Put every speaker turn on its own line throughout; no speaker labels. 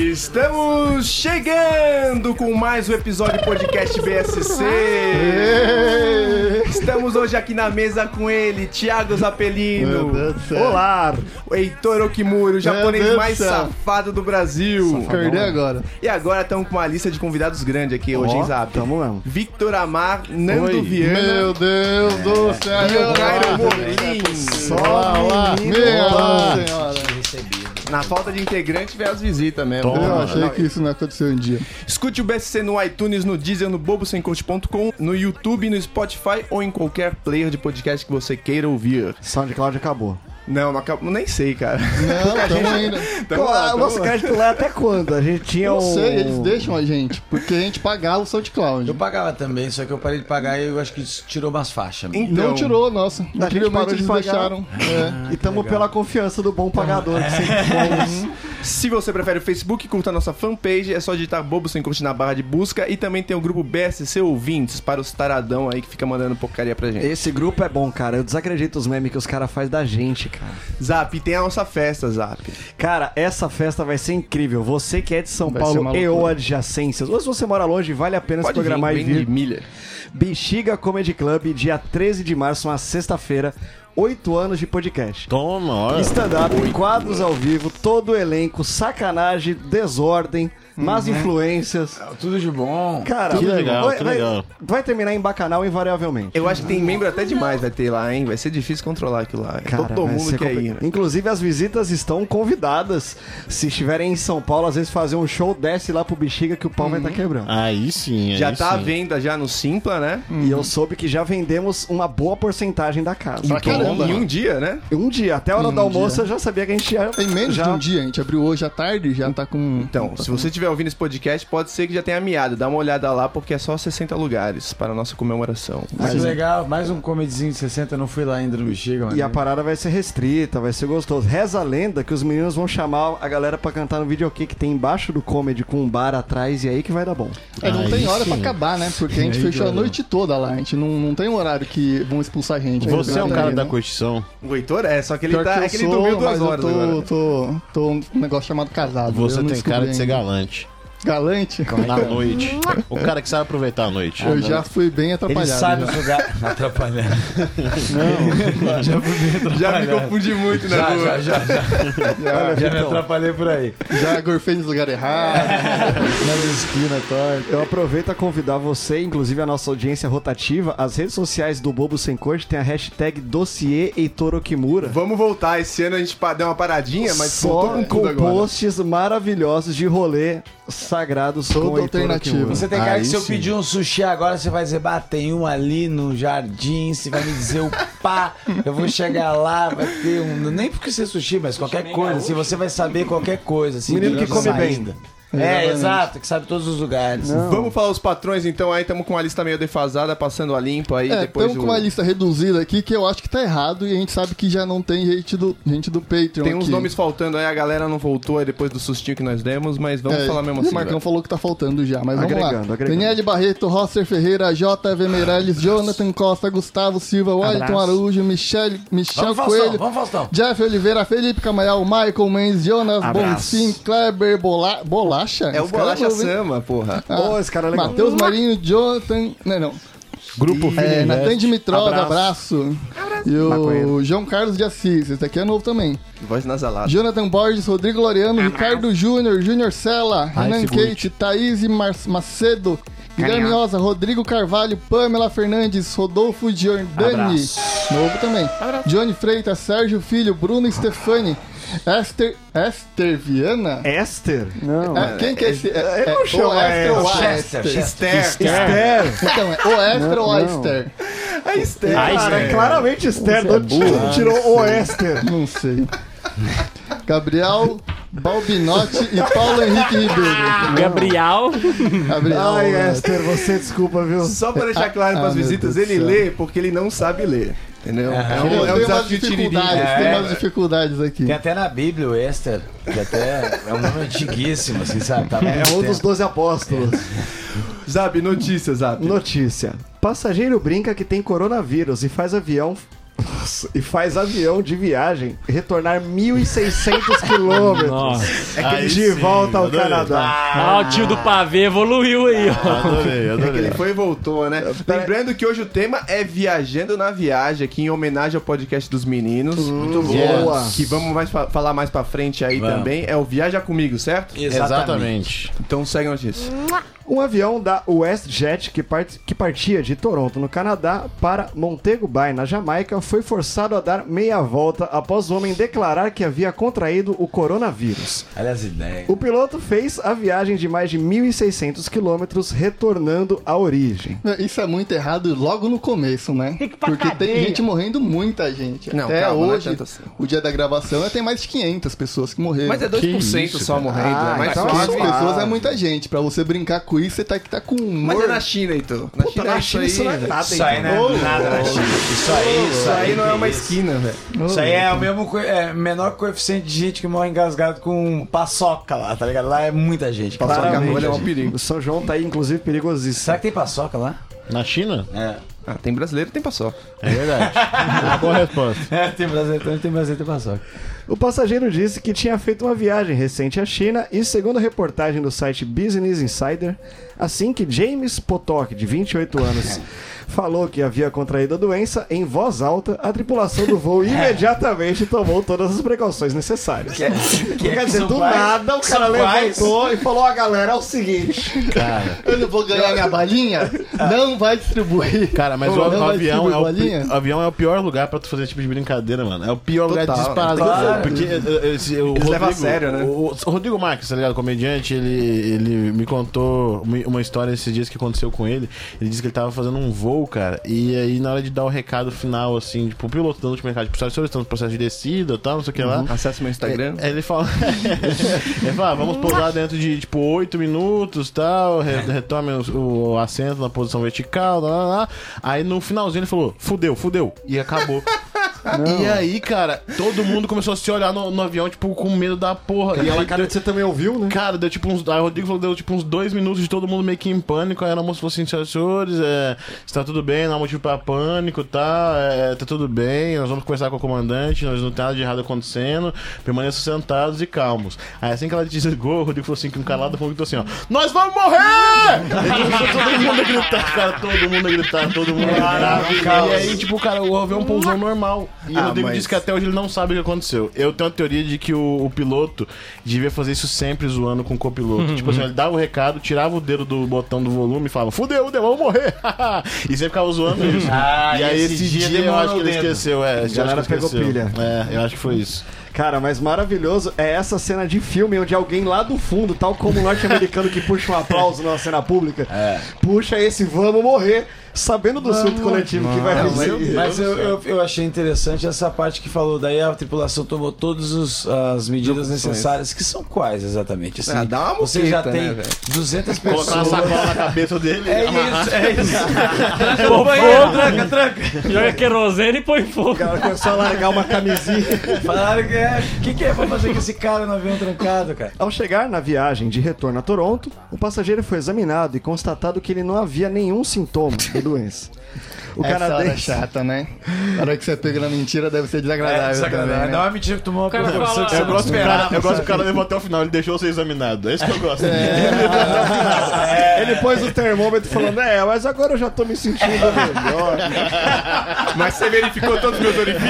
Estamos chegando com mais um episódio do podcast BSC. Estamos hoje aqui na mesa com ele, Thiago
Meu Deus
Zapelino,
do céu.
Olá!
o Heitor Okimuro, o japonês
Deus
mais
do céu.
safado do Brasil.
Perdeu agora.
E agora estamos com uma lista de convidados grande aqui hoje, hein, Zap?
Tamo mesmo.
Victor Amar, Nando Viana,
Meu Deus do céu. meu
Leonardo
Deus.
Morim.
Olá, olá. Minha
Olá.
Nossa senhora.
Na falta de integrante, vem as visitas mesmo.
Eu
Toma.
achei que isso não aconteceu um dia.
Escute o BSC no iTunes, no Deezer, no bobosemcorte.com, no YouTube, no Spotify ou em qualquer player de podcast que você queira ouvir.
SoundCloud acabou.
Não, não acabou- nem sei, cara. Então,
Não, tamo ainda.
Tamo lá,
o
tamo
nosso
lá.
crédito lá é até quando? A gente tinha
Eu
um...
sei, eles deixam a gente, porque a gente pagava o
Eu
SoundCloud.
pagava também, só que eu parei de pagar e eu acho que isso tirou umas faixas. minhas.
Não
Então,
tirou, nossa. Incrivelmente
parou de
eles
pagar.
deixaram. É.
E tamo pela confiança do bom pagador. que sempre foi.
se você prefere o Facebook, curta a nossa fanpage, é só digitar Bobo Sem Corte na barra de busca e também tem o grupo BSC Ouvintes para os taradão aí que fica mandando porcaria pra gente.
Esse grupo é bom, cara. Eu desacredito os memes que os caras fazem da gente, cara.
Zap, tem a nossa festa, Zap.
Cara, essa festa vai ser incrível. Você que é de São
Vai ser uma
Paulo e
loucura.
ou adjacências, ou se você mora longe, vale a pena se
vir,
programar e
vem
vir.
de milha.
Bexiga Comedy Club, dia 13 de março, uma sexta-feira, 8 anos de podcast.
Toma, olha.
Stand-up, quadros ao vivo, todo o elenco, sacanagem, desordem, más influências.
Uhum. É, Tudo de bom.
Cara,
Que legal,
vai,
que
vai-
legal.
vai terminar em bacanal invariavelmente.
Eu acho que tem membro até demais, vai ter lá, hein? Vai ser difícil controlar aquilo lá. Todo
vai
mundo
ser
quer
compli-
ir. né?
Inclusive, as visitas estão convidadas. Se estiverem em São Paulo, às vezes fazer um show, desce lá pro bexiga que o pau vai
Uhum.
estar quebrando.
Aí sim, aí
Já tá à
sim.
venda já no Simpla, né?
E eu soube que já vendemos uma boa porcentagem da casa.
Pra caramba.
Em um dia, né?
Um dia, até a hora
Em
do
um
almoço,
dia.
eu já sabia que a gente ia.
Tem menos
já...
de um dia, a gente abriu hoje à tarde, já tá com.
Então, se você estiver ouvindo esse podcast, pode ser que já tenha miado. Dá uma olhada lá, porque é só 60 lugares para a nossa comemoração.
Mas legal, mais um comedyzinho de 60, eu não fui lá ainda no Bexiga, mano.
E a parada vai ser restrita, vai ser gostoso. Reza a lenda que os meninos vão chamar a galera pra cantar no videokê que tem embaixo do comedy com um bar atrás e aí que vai dar bom.
É, não
Aí
tem hora pra
sim.
acabar, né? Porque a gente fechou a noite toda lá. A gente não, não tem um horário que vão expulsar a gente.
Você é um cara
Aí,
da
né?
curtição.
O Heitor é, só que ele,
Pior
tá,
que eu
é que ele
sou,
dormiu duas
mas eu
horas
tô,
agora.
Tô, tô um negócio chamado casado.
Você
Eu não
tem cara de
descobri
ser galante.
ainda. galante.
Na noite. O cara que sabe aproveitar a noite.
Eu já fui bem
Ele
atrapalhado. né?
sabe
já.
os lugares. Atrapalhando.
Já me confundi muito né, na
Já,
rua.
já, já. Já,
É,
já, me atrapalhei por aí.
Já gorfei nos lugares errados.
Nas esquinas, torta.
Eu aproveito a convidar você, inclusive a nossa audiência rotativa, as redes sociais do Bobo Sem Corte tem a hashtag dossiê Heitor Okimura.
Vamos voltar. Esse ano a gente pa- deu uma
é,
paradinha, mas
Só
voltou com tudo
com
agora.
posts maravilhosos de rolê sagrados
Todo
com Heitor
alternativo.
Okimura.
Você tem cara
Aí
que se eu
sim.
pedir um sushi agora, você vai dizer, bah, tem um ali no jardim, você vai me dizer o pá, eu vou chegar lá, vai ter um. Nem porque ser sushi, mas qualquer coisa, assim, você vai saber qualquer coisa, assim.
Menino
de
que come bem.
saída. É, exato, que sabe todos os lugares.
Vamos falar os patrões, então. Aí estamos com uma lista meio defasada, passando a limpo aí.
É,
depois
estamos
do...
com uma lista reduzida aqui que eu acho que tá errado e a gente sabe que já não tem gente do, gente do Patreon.
Tem uns
aqui.
nomes faltando aí, a galera não voltou aí depois do sustinho que nós demos, mas vamos
É,
falar mesmo assim.
O Marcão
vai.
falou que tá faltando já, mas vamos
Agregando,
lá.
agregando.
Daniele Barreto, Rosser Ferreira, JV Meirelles, Jonathan Costa, Gustavo Silva, Wellington Araújo, Michele, Michel
Vamos,
Coelho,
Faustão, vamos, Faustão.
Jeff Oliveira, Felipe Camaral, Michael Mendes, Jonas
Abraço.
Bonfim, Kleber Bola... Bolacha?
É o
Esse cara
Bolacha
novo, hein?
Sama, porra.
Ô, esse cara é legal.
Matheus Marinho, Jonathan. Não, não.
Grupo
É, Natan Dimitrov,
Abraço.
abraço. E o
Maconheiro.
João Carlos de Assis, esse daqui é novo também.
Voz nasalada.
Jonathan Borges, Rodrigo Loreano, Ricardo Júnior, Júnior Sela, Renan
figurante.
Kate, Thaís Mar Macedo, Guilherme Osa, Rodrigo Carvalho, Pamela Fernandes, Rodolfo Giordani, novo também, Johnny Freitas, Sérgio Filho, Bruno Stefani, Esther, Esther Viana?
Esther? Não.
Ah, quem que é esse? É, é,
não chamo
o Esther ou a
Chester,
Esther?
é Esther.
Esther!
Então, é o Esther ou a
Não, não.
Esther?
A Esther.
Cara, é claramente Esther.
Você é
do- Tirou o Esther.
Não sei. Gabriel Balbinotti e Paulo Henrique Ribeiro.
Gabriel.
Gabriel.
Ai,
né?
Esther, você desculpa, viu?
Só pra deixar claro pras
Ah, meu
visitas,
Deus do
ele
céu.
lê porque ele não sabe ler. Entendeu? É
Tem
um, é um
umas
desafio tiririca.
dificuldades,
É,
tem umas dificuldades aqui.
Tem até na Bíblia o Esther, que até é um nome antiguíssimo, assim, sabe? Tá
É um dos 12 apóstolos.
Zab, É. notícia, Zab.
É. Notícia. Passageiro brinca que tem coronavírus e faz avião e faz avião de viagem retornar 1.600 quilômetros É
Nossa.
Aí
de
sim,
volta ao
adorei.
Canadá.
Ah, o tio do pavê evoluiu aí, ó.
Adorei,
É que
adorei.
ele foi e voltou, né? Lembrando que hoje o tema é Viajando na Viagem, aqui em homenagem ao podcast dos meninos. Muito
boa.
Que vamos mais fa- falar mais pra frente aí
Vamos.
também. É o Viaja Comigo, certo?
Exatamente.
Então segue a notícia.
Um avião da WestJet que, part- que partia de Toronto, no Canadá, para Montego Bay, na Jamaica, foi forçado a dar meia volta após o homem declarar que havia contraído o coronavírus.
Olha as ideias.
O piloto fez a viagem de mais de 1.600 quilômetros retornando à origem.
Isso é muito errado logo no começo, né? Porque tem gente morrendo, muita gente.
Não,
Até
calma, não é
hoje,
tanto assim.
o dia da gravação, tem mais de 500 pessoas que morreram.
Mas é 2%
isso,
só
cara.
morrendo,
Ah,
é mais
então
fácil.
é
500
suave.
pessoas
Ah.
é muita gente. Pra você brincar com isso, você tá que tá com humor.
Mas é na China, então. Na China, é isso aí, velho.
Isso aí não é nada na China. Isso aí,
Isso aí não é uma
isso.
esquina, velho.
Isso aí é o mesmo co- é, menor coeficiente de gente que morre engasgado com paçoca lá, tá ligado? Lá é muita gente.
Paçoca
Claramente.
rolha é um perigo.
O São João tá aí, inclusive, perigosíssimo.
Será que tem paçoca lá?
Na China?
É.
Ah, tem brasileiro, tem paçoca.
É verdade. Uma boa resposta.
É, tem brasileiro, também tem brasileiro, tem paçoca.
O passageiro disse que tinha feito uma viagem recente à China e, segundo a reportagem do site Business Insider, assim que James Potok, de 28 anos, falou que havia contraído a doença, em voz alta, a tripulação do voo imediatamente tomou todas as precauções necessárias.
É. Que é, que é
Quer
que
dizer,
são
do
quais?
nada o
São
cara
quais?
levantou e falou: Ó, galera, é o seguinte.
Eu não vou ganhar minha balinha? Não vai distribuir.
Cara, mas
Pô,
o,
não vai
avião
distribuir
é o,
balinha?
pi- avião é o pior lugar pra tu fazer esse tipo de brincadeira, mano. É o pior lugar
Total,
disparado.
claro.
Porque eh, esse, o
Eles
Rodrigo,
levam a sério, né?
O, o Rodrigo Marques, tá ligado? Comediante, ele, ele me contou uma- uma história esses dias que aconteceu com ele. Ele disse que ele tava fazendo um voo, cara, e aí na hora de dar o recado final, assim, tipo, o piloto dando o mercado, tipo, senhores, estamos no processo de descida e tal, não sei o que lá.
Uhum. Acesse meu Instagram.
Aí É, Ele fala, ele fala, "Ah, vamos pousar dentro de tipo 8 minutos, tal, re- retome o, o assento na posição vertical, lá, lá, lá. Aí no finalzinho ele falou, fudeu, fudeu, e acabou. E aí, cara, todo mundo começou a se olhar no, no avião, tipo, com medo da porra. E aí, deu-
você também ouviu, né?
Cara, deu tipo uns. Aí o Rodrigo falou que deu tipo uns dois minutos de todo mundo meio que em pânico. Aí a moça falou assim: senhoras e senhores, é, está tudo bem, não há motivo pra pânico, tá? É, tá tudo bem, nós vamos conversar com o comandante, nós não tem nada de errado acontecendo, permaneçam sentados e calmos. Aí assim que ela desligou, o Rodrigo falou assim: que um calado falou que assim, ó, nós vamos morrer! Aí começou todo mundo a gritar, cara, todo mundo a gritar, todo mundo a gritar. E aí, tipo, cara, o avião pousou normal. E
Ah,
o Rodrigo
mas-
disse que até hoje ele não sabe o que aconteceu. Eu tenho a teoria de que o, o piloto devia fazer isso sempre zoando com o
Uhum,
copiloto. tipo assim, ele dava o recado, tirava o dedo do botão do volume e falava: Fudeu, fudeu, vamos morrer. e você ficava zoando isso.
Ah,
e aí esse, dia, eu
demorou
acho que
o
ele
dedo.
esqueceu. É, esse dia eu acho
Galera
que ele
pegou
esqueceu.
pilha.
É, eu acho que foi isso.
Cara, mas maravilhoso é essa cena de filme onde alguém lá do fundo, tal como o norte-americano que puxa um aplauso numa cena pública,
É.
puxa esse vamos morrer, sabendo do surto coletivo que vai acontecer.
Mas eu, eu, eu achei interessante essa parte que falou, daí a tripulação tomou todas as medidas necessárias, que são quais exatamente? Assim,
Ah, dá uma
você já
moqueta,
tem
né, velho?
200
Colocar uma
pessoas.
sacola na cabeça dele.
É
amarrar.
isso, é isso.
Pô, fogo,
tranca, tranca.
joga querosene e põe fogo.
O cara começou a largar uma camisinha.
Falaram que é. O que, que é pra fazer com esse cara no avião trancado, cara?
Ao chegar na viagem de retorno a Toronto, o passageiro foi examinado e constatado que ele não havia nenhum sintoma da doença. O
Essa hora é
canadense.
chata, né? Na hora que você pega na mentira, deve ser
É,
desagradável
sacanagem.
também, né?
Não é mentira que tomou uma
cara
proporção
fala- "Ah,
que você
Eu
não
gosto, do cara,
esperava.
eu gosto que o cara levou até o final, ele deixou você examinado. É isso que eu gosto.
Ele pôs o termômetro falando: É, mas agora eu já tô me sentindo melhor.
é. Mas você verificou todos os meus orifícios?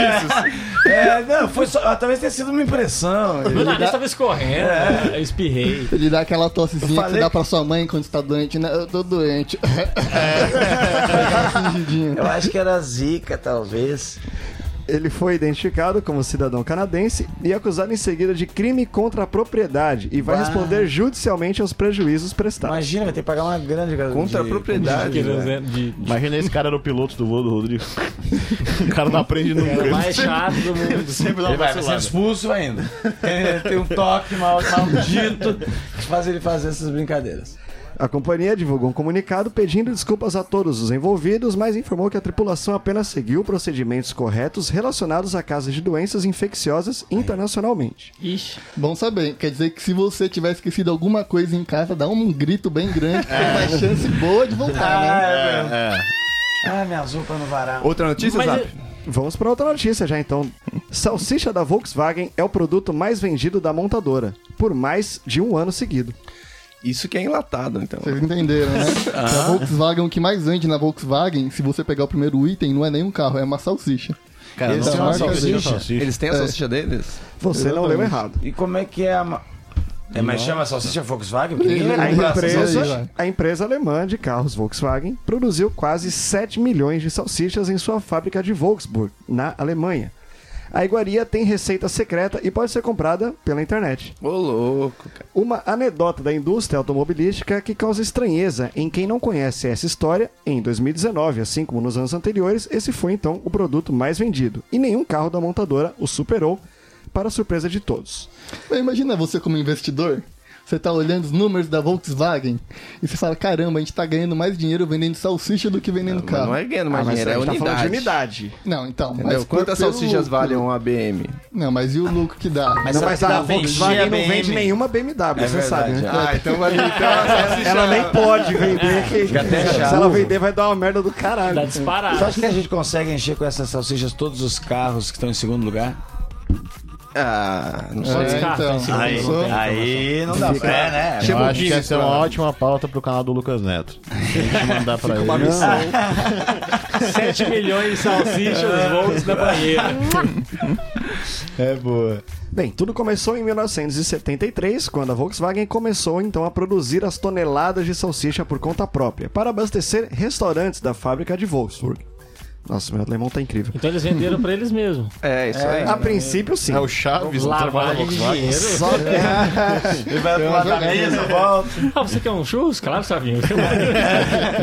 É, não, foi só. Talvez tenha sido uma impressão.
Meu nariz tava escorrendo, né? eu espirrei.
Ele dá aquela tossezinha que
falei-
você dá pra sua mãe quando você tá doente, né? Eu tô doente. Dá uma fingidinha.
Eu acho que era zica, talvez.
Ele foi identificado como cidadão canadense e acusado em seguida de crime contra a propriedade e vai
Uau.
responder judicialmente aos prejuízos prestados.
Imagina, vai ter que pagar uma grande gasolina.
Contra a propriedade,
Querosene de- de-
Imagina esse cara era o piloto do voo do Rodrigo. o cara não aprende nunca.
Era o mais chato do mundo.
Sempre dá uma
Ele vai, vai ser
vacilada.
expulso ainda. Ele tem um toque mal, maldito que faz ele fazer essas brincadeiras.
A companhia divulgou um comunicado pedindo desculpas a todos os envolvidos, mas informou que a tripulação apenas seguiu procedimentos corretos relacionados a casos de doenças infecciosas internacionalmente.
Ixi.
Bom saber. Quer dizer que se você tiver esquecido alguma coisa em casa, dá um grito bem grande, que tem uma chance boa de voltar, né?
é,
É, é.
Ah, minha roupas no varal.
Outra notícia,
Mas
Zap?
eu-
Vamos para outra notícia já então. Salsicha da Volkswagen é o produto mais vendido da montadora, por mais de um ano seguido.
Isso que é enlatado, então.
Vocês entenderam, né? A Volkswagen, o que mais vende na Volkswagen, se você pegar o primeiro item, não é nem um carro, é uma salsicha.
Cara,
Então,
Esse
assim,
é uma
salsicha.
salsicha.
Então, salsicha.
Eles têm a salsicha deles?
Você não leu
Exatamente.
errado.
E como é que é a. ma- É, mas chama salsicha Volkswagen? Porque
Ele-
ninguém
A
vai comprar essa
empresa-
salsicha.
empresa, a empresa alemã de carros Volkswagen produziu quase 7 milhões de salsichas em sua fábrica de Wolfsburg, na Alemanha. A iguaria tem receita secreta e pode ser comprada pela internet.
Ô, louco, cara.
Uma anedota da indústria automobilística que causa estranheza em quem não conhece essa história. Em 2019, assim como nos anos anteriores, esse foi então o produto mais vendido. E nenhum carro da montadora o superou, para a surpresa de todos.
Mas imagina você como investidor. Você tá olhando os números da Volkswagen e você fala: caramba, a gente tá ganhando mais dinheiro vendendo salsicha do que vendendo
Mas
carro.
não é ganhando mais dinheiro, é
a gente
unidade.
tá falando de unidade.
Não, então.
Entendeu?
Mas
Quantas
pelo
salsichas
lucro-
valem um uma BM?
Não, mas e o lucro que dá?
Mas
Não,
será
mas
que dá
a
pra encher
Volkswagen
a
não vende
BM?
nenhuma BMW,
É
você sabe,
verdade.
né?
Ah,
então vai então,
Ela nem pode vender. que-
até
se
chato.
ela vender, vai dar uma merda do caralho.
Tá
Você
disparado.
acha que a gente consegue encher com essas salsichas todos os carros que estão em segundo lugar?
Ah, não sei.
É,
descarta,
então.
hein, se
Aí,
não
é
é
aí.
Aí não dá fé, né?
Eu
Chama o
acho que
Guinness
essa é
pra
uma
lá.
ótima pauta pro canal do Lucas Neto. Tem que mandar pra ele.
Não.
7 milhões de salsichas, volts na banheira.
É boa.
Bem, tudo começou em 1973, quando a Volkswagen começou então a produzir as toneladas de salsicha por conta própria, para abastecer restaurantes da fábrica de Wolfsburg. Nossa, meu alemão tá incrível.
Então eles venderam pra eles mesmos.
É, isso aí.
A princípio, sim.
É o Chaves,
um
não trabalha na
Lavagem de
Volkswagen.
dinheiro.
Só que
Ele vai pro lado da mesa, volta.
Ah, você quer um churros? Claro, Savinho.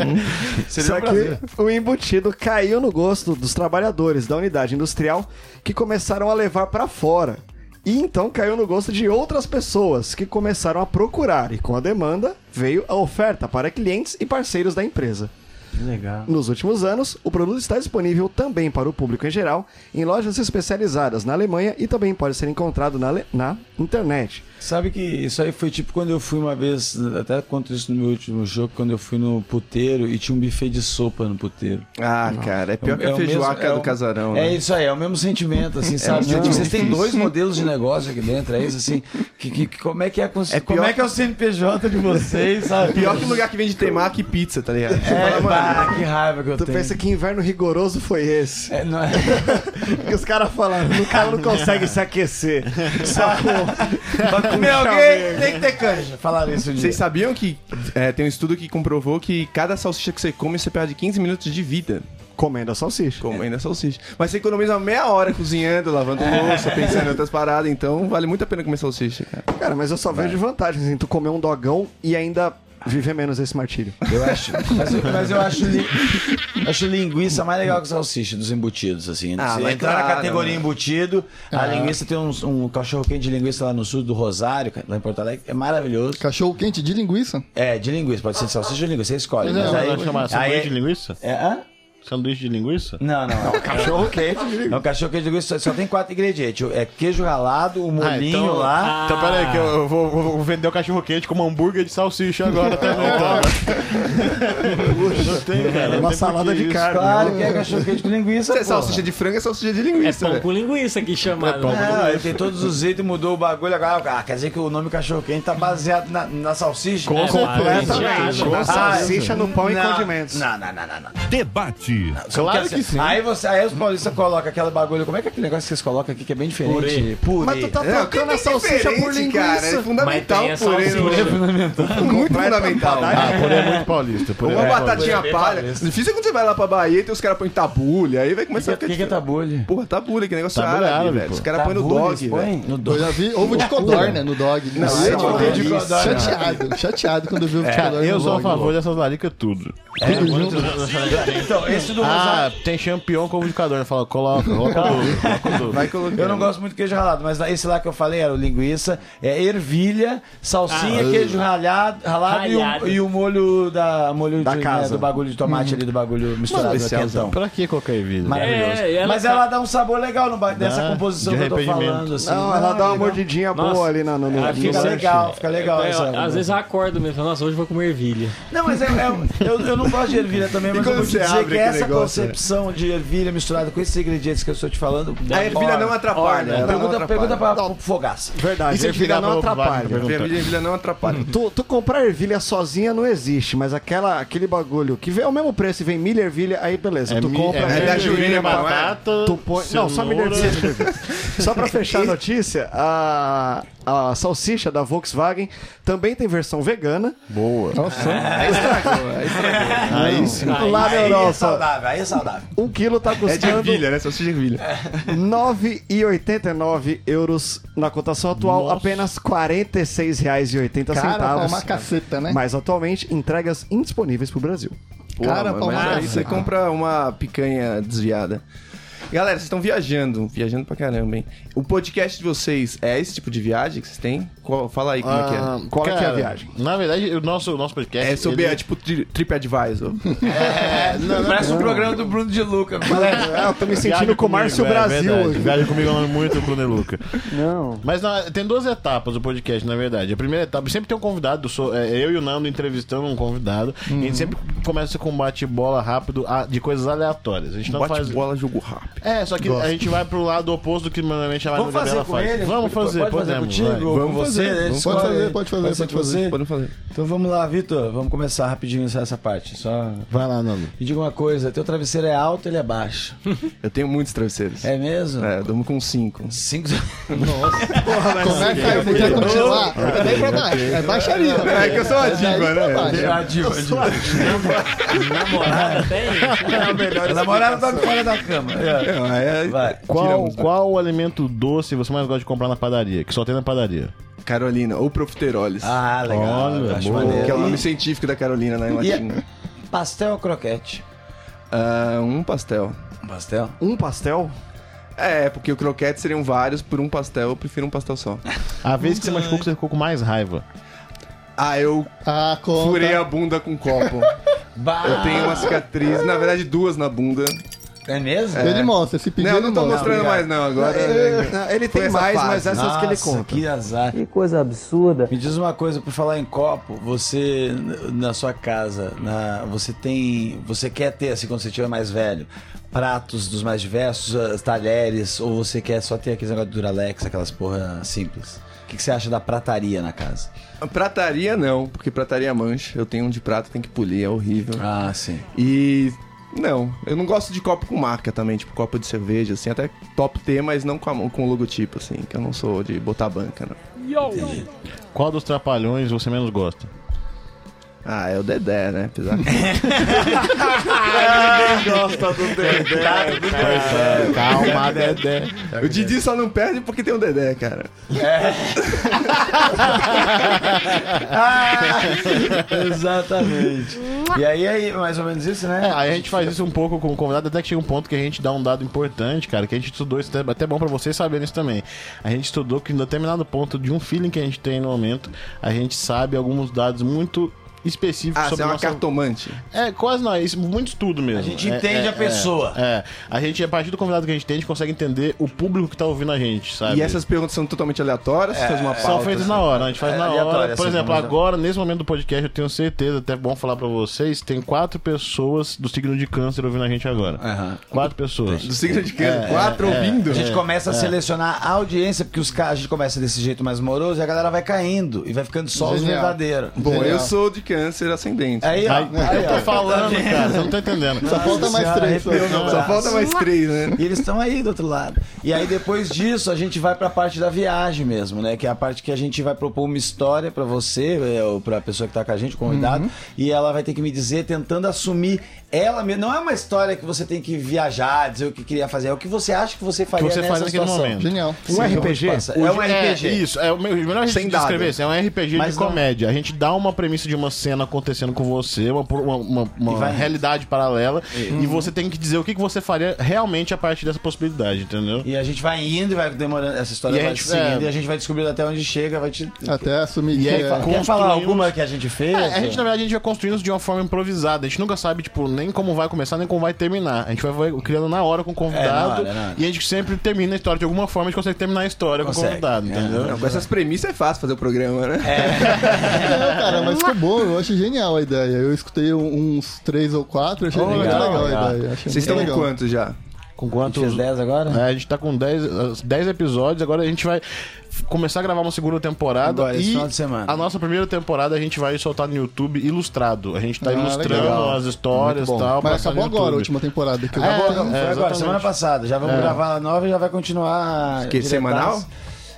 um.
Só que o embutido caiu no gosto dos trabalhadores da unidade industrial que começaram a levar para fora. E então caiu no gosto de outras pessoas que começaram a procurar. E com a demanda veio a oferta para clientes e parceiros da empresa.
Legal.
Nos últimos anos, o produto está disponível também para o público em geral em lojas especializadas na Alemanha e também pode ser encontrado na, ale- na internet.
Sabe que isso aí foi tipo quando eu fui uma vez, até conto isso no meu último jogo, quando eu fui no puteiro e tinha um buffet de sopa no puteiro.
Ah, cara, é pior que
É
a
o mesmo-
feijoaca
é o-
do casarão.
É
né?
isso aí, é o mesmo sentimento, assim, sabe?
um sentimento
Vocês têm
difícil.
dois modelos de negócio aqui dentro, é isso assim? Que, que- que- como é que é, a cons-
É
como
pior- É
é que é o CNPJ de vocês, sabe?
Pior que lugar que vende temaki e pizza, tá ligado? Você
É,
fala, mano,
pá, que raiva que eu
Tu
tenho.
pensa que inverno rigoroso foi esse?
É, não é-
Que os caras falaram, o cara não consegue se aquecer. Só com...
Pra comer alguém tem que ter canja. Falaram isso um dia.
vocês sabiam que é, tem um estudo que comprovou que cada salsicha que você come, você perde 15 minutos de vida
Comendo a salsicha.
comendo a salsicha. Mas você economiza uma meia hora cozinhando, lavando
É.
louça, pensando em outras paradas, então vale muito a pena comer salsicha, cara.
Cara, mas eu só vejo vantagens em tu comer um dogão e ainda viver menos esse martírio.
Eu acho. Mas, eu- mas eu acho, li- acho linguiça mais legal que salsicha dos embutidos, assim.
Ah,
Se
mas
entrar na
claro,
categoria
né?
embutido, a linguiça tem uns- um cachorro quente de linguiça lá no sul do Rosário, cara, lá em Porto Alegre, é maravilhoso.
Cachorro quente de linguiça?
É, de linguiça, pode ser de salsicha ou de linguiça, você escolhe.
Não,
Mas
Sabe
aí,
como chama
aí
sanduíche de linguiça?
é, hã?
Sanduíche de linguiça?
Não, não. É um cachorro quente. É um cachorro quente de linguiça, só tem quatro ingredientes. É queijo ralado, o molinho
Ah, então-
lá.
Então peraí, que eu, eu vou, vou- vou vender o cachorro quente como hambúrguer de salsicha agora também. É tá? não tem,
É,
cara. não tem
uma
por
salada
que
de
isso.
carne. né?
Claro que é cachorro quente com linguiça.
Se é
porra.
salsicha de frango, é salsicha de
É
linguiça,
pão
velho.
com linguiça aqui chamado.
pão
né?
Não, ele É, tem todos os itens, mudou o bagulho. Agora, ah, quer dizer que o nome cachorro quente tá baseado na, na salsicha?
Com
Completamente.
Completamente.
Com
Ah,
salsicha
isso.
no pão e
Não,
condimentos.
Não, não, não, não. não.
Debate.
Só
Claro
porque,
que
assim,
sim.
Aí, você, aí os paulistas colocam aquele bagulho. Como é que é aquele negócio que vocês colocam aqui que é bem diferente? Purê.
Mas tu tá
Não, É, tem
trocando a
bem
salsicha por
diferente, cara, É
linguiça.
fundamental
Mas tem a
purê no-
salsicha.
Muito fundamental.
Ah, por é muito paulista. Por
Uma
é
batatinha
bem
palha.
paulista.
Difícil é quando você vai lá pra Bahia e tem os caras põem tabulha, aí vai começar
O
a ficar
que, que é
difícil.
tabule?
Porra, tabulha, que negócio
Tabule
árabe,
árabe,
velho.
pô.
Os caras põem no dog, velho.
No
Eu
dog.
já vi ovo de codorna no dog. Não,
ovo de
codorna.
Chateado, chateado quando eu vi ovo de codorna.
É, Eu
no
sou a
dog.
favor dessas laricas tudo.
Tudo junto.
Então, esse do
Ah,
Rosário.
tem champion com indicador. Fala, coloca, coloca o dobro, coloca o dobro.
Vai colocando.
Eu não gosto muito de queijo ralado, mas esse lá que eu falei era o linguiça, é ervilha, salsinha, queijo Ah. ralhado, ralado, e o-
Ralhado.
E, o, molho da molho
Da
de, né,
casa. Uhum.
do bagulho de tomate ali do bagulho misturado aqui,
especialzão.
então.
Pra que colocar ervilha?
Maravilhoso.
É, e ela
mas
tá-
ela dá um sabor legal no ba... dessa composição
de
que eu tô
arrependimento.
falando, assim.
Não, ela dá uma
legal.
mordidinha
Nossa.
boa ali na, no, no,
Ah,
no
Fica
lanche.
legal, fica legal
É,
essa.
às vezes eu acordo mesmo, falo, nossa, hoje eu vou comer ervilha.
Não, mas é- é- eu, eu não gosto de ervilha também, mas eu
quando
vou te
você
dizer
abre,
que essa
negócio,
concepção de ervilha misturada com esses ingredientes que eu estou te falando.
A ervilha não atrapalha. ela não
Pergunta,
atrapalha.
pergunta pra, pro Fogaça.
Verdade,
se a gente
ervilha
ligar
não
pra-
atrapalha.
pra-
A ervilha, a ervilha não atrapalha.
Tu, tu comprar ervilha sozinha não existe, mas aquela, aquele bagulho que vem ao mesmo preço e vem milho e ervilha, aí beleza. tu
mi-
compra.
é
milho,
da Juína, mano, é?
batata,
Tu põe... Não, só milho e
cenoura.
ervilha. Só pra fechar a notícia, a, a salsicha da Volkswagen também tem versão vegana.
Boa.
Aí estragou, aí estragou.
Aí sim.
lá na
aí é
Europa,
saudável, aí é saudável.
um quilo tá
É de
custando
ervilha, né? Salsicha de ervilha.
9,89 euros na cotação atual, apenas R$ 46,80.
Cara, pra
centavos.
uma caceta, né?
Mas atualmente, entregas indisponíveis pro Brasil.
Cara,
mano,
pra uma
mas aí você
caceta.
compra uma picanha desviada. Galera, vocês estão viajando, viajando pra caramba, hein? O podcast de vocês é esse tipo de viagem que vocês têm? Qual- fala aí como é que é.
Ah,
Qual é que é a
cara,
viagem?
Na verdade, o nosso, o nosso podcast.
É sobre,
ele-
é tipo, tri- TripAdvisor.
Parece um programa do Bruno de Luca. Galera,
eu tô me
Viaja
sentindo com o
comigo,
Márcio
é
Brasil
verdade.
hoje.
Viaja comigo eu amo muito o Bruno e Luca.
Não.
Mas na- tem duas etapas o podcast, na verdade. A primeira etapa, sempre tem um convidado, sou, é, eu e o Nando entrevistando um convidado. E a gente sempre começa com um bate-bola rápido ah, de coisas aleatórias. A gente não faz.
Bate-bola, jogo rápido.
É, só que a gente vai pro lado oposto do que normalmente a
vamos
Marina
fazer
Gabriela
com
faz.
ele?
Vamos fazer,
pode fazer
podemos. vai.
contigo? ou com
Vamos
você,
fazer,
né?
vamos
Escolhe
fazer,
aí.
pode fazer,
Pode ser
pode
com
fazer.
você?
Podem fazer.
Então vamos lá, Vitor. Vamos começar rapidinho essa, essa parte. Só
Vai lá, Nando.
me diga uma coisa: teu travesseiro é alto ou ele é baixo?
Eu tenho muitos travesseiros.
É mesmo?
É, eu durmo com cinco.
Cinco.
Começa aí, você quer continuar? É bem pra baixo, é baixaria.
É que eu sou uma diva, né?
Já diva, diva.
Namorada Ah, tem?
A namorada tá fora da cama. É.
Não, é-
Vai.
Qual,
Tiramos, né?
qual o alimento doce você mais gosta de comprar na padaria? Que só tem na padaria.
Carolina, ou profiteroles.
Ah, legal.
Olha,
acho
boa.
que é o
maneiro.
nome científico da Carolina né, na
Né? E-
Latina.
E pastel ou croquete?
Ah, um pastel.
Pastel?
Um pastel?
É, porque o croquete seriam vários por um pastel, eu prefiro um pastel só.
A vez que você machucou, que você ficou com mais raiva.
Ah, eu
Ah, conta.
furei a bunda com um copo.
Bah,
Eu tenho uma cicatriz, na verdade duas na bunda.
É mesmo?
Ele mostra, esse pedido
Não, eu não tô
ele mostra.
mostrando mais não, agora... é,
Não, ele
Foi
tem
essa
mais,
fase.
mas essas que ele
Nossa,
conta.
Que azar.
Que coisa absurda.
Me diz uma coisa, por falar em copo, você n- na sua casa, na- você tem, você quer ter assim quando você estiver mais velho, pratos dos mais diversos, ah, talheres, ou você quer só ter aqueles negócio de Duralex, aquelas porra simples? O que, que você acha da prataria na casa?
Prataria não, porque prataria mancha. Eu tenho um de prata, tem que polir, é horrível.
Ah, sim.
E... Não, eu não gosto de copo com marca também, tipo copo de cerveja, assim, até top T, mas não com, a, mão- com o logotipo, assim, que eu não sou de botar banca, não.
Qual dos trapalhões você menos gosta?
Ah, é o Dedé, né? Apesar que-
é, Calma, Dedé.
O Didi só não perde porque tem o Dedé, cara.
Exatamente. E aí é mais ou menos isso,
É,
né?
aí a gente faz isso um pouco com o convidado, até que chega um ponto que a gente dá um dado importante, cara, que a gente estudou, isso é até bom pra vocês saberem isso também. A gente estudou que em determinado ponto de um feeling que a gente tem no momento, a gente sabe alguns dados muito específicos
Ah, você
sobre
é
a
uma
nossa...
cartomante.
É, quase não, é isso, muito estudo mesmo.
A gente
É,
entende
é,
a pessoa.
É, é. a gente, a partir do convidado que a gente tem, a gente consegue entender o público que tá ouvindo a gente, sabe?
E essas perguntas são totalmente aleatórias, você faz uma pauta.
São feitas na hora, a gente faz
É
na hora.
aleatório,
Por
assim,
exemplo,
mas-
agora, nesse momento do podcast, eu tenho certeza, até é bom falar pra vocês, tem quatro pessoas do signo de câncer ouvindo a gente agora.
Aham.
Quatro pessoas.
Do signo de câncer, quatro ouvindo.
A
É,
gente começa a selecionar a audiência, porque os caras, a gente começa desse jeito mais moroso e a galera vai caindo e vai ficando só os
Genial.
verdadeiros.
Bom, eu
Genial.
sou de câncer ascendente.
Aí, ó,
Aí,
aí,
eu tô
ó.
falando, cara, você não tá entendendo.
Só falta mais
Senhora,
três.
arrepiou meu
Só
braço.
falta mais três, né?
E eles estão aí do outro lado. E aí depois disso a gente vai pra parte da viagem mesmo, né? Que é a parte que a gente vai propor uma história pra você, é, ou pra pessoa que tá com a gente, o convidado,
Uhum.
e ela vai ter que me dizer tentando assumir ela mesma. Não é uma história que você tem que viajar, dizer o que queria fazer, é o que você acha que você faria
Que você
nessa
faz naquele
situação.
momento.
Genial.
Um RPG?
Passa. É um RPG.
É, isso, é o meu- o melhor jeito
Sem
de
dado.
descrever isso. É um RPG
Mas
de
não-
comédia. A gente dá uma premissa de uma cena acontecendo com você, uma, uma, uma- uma
E vai-
realidade paralela, e você tem que dizer o que que você faria realmente a partir dessa possibilidade, entendeu?
E a gente vai indo e vai demorando. Essa história
E a
vai
gente-
seguindo
é.
e a gente vai descobrindo até onde chega, vai te.
Até assumir que
aí
é...
fala-
Quer falar
construímos-
alguma que a gente fez?
É, a gente, na verdade, a gente vai construindo isso de uma forma improvisada. A gente nunca sabe, tipo, nem como vai começar, nem como vai terminar. A gente vai- vai criando na hora com o convidado.
É, na hora, na hora.
E a gente sempre termina a história. De alguma forma, a gente consegue terminar a história
Consegue. é.
com o convidado, entendeu?
Não, com essas premissas é fácil fazer o programa, né?
Não, cara, mas ficou bom. eu acho genial a ideia. Eu escutei um- uns três ou quatro, achei muito
legal,
legal,
legal.
a ideia. Achei
Vocês
muito
estão em
é legal.
quanto já?
Com quantos? Fez 10 agora?
É, a gente tá com 10, 10 episódios, agora a gente vai f- começar a gravar uma segunda temporada
Agora, esse
e
final de semana.
a nossa primeira temporada a gente vai soltar no YouTube ilustrado. A gente tá
Ah,
ilustrando
legal.
as histórias e
Bom,
tal.
mas
passando
acabou
no
agora a
YouTube.
última temporada. Que eu
Acabou,
É,
acabou, foi agora,
exatamente. É.
semana passada. Já vamos gravar a nova e já vai continuar.
Que,
diretaço.
semanal?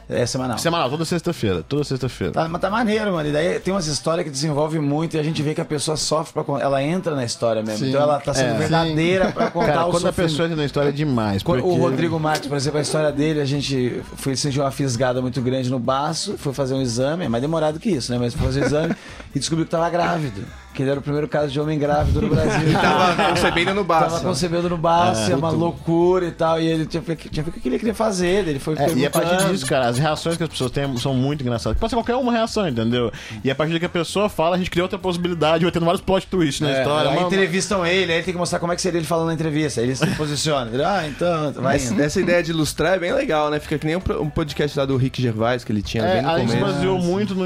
É semanal.
Semanal, toda sexta-feira. Toda sexta-feira.
Tá, mas tá maneiro, mano. E daí tem umas histórias que desenvolve muito e a gente vê que a pessoa sofre pra contar. Ela entra na história mesmo.
Sim.
Então ela tá sendo
É.
verdadeira pra contar
tá,
Cara,
o
quando a
sofrimento.
pessoa entra na história é demais.
Quando O
porque-
Rodrigo Marques, por exemplo, a história dele, a gente foi sentiu uma fisgada muito grande no baço, foi fazer um exame, é mais demorado que isso, né? Mas foi fazer o exame e descobriu que tava grávido. Que ele era o primeiro caso de homem grávido no Brasil.
Tava concebendo no
Tava
baço.
concebendo no baço, é uma loucura e tal. E ele tinha, tinha o que ele queria fazer, ele foi
É, e a partir
perguntando.
disso, cara, as reações que as pessoas têm são muito engraçadas. Pode ser qualquer uma reação, entendeu? E a partir do que a pessoa fala, a gente cria outra possibilidade, vai tendo vários plot twists na
É,
história.
aí
Mano,
entrevistam ele, aí ele tem que mostrar como é que seria ele falando na entrevista. Aí ele se posiciona. Ele, ah, então, vai
Essa,
indo.
essa ideia de ilustrar é bem legal, né? Fica que nem um, pro- um podcast lá do Rick Gervais que ele tinha
É,
bem no
a gente se
começo.
baseou muito no,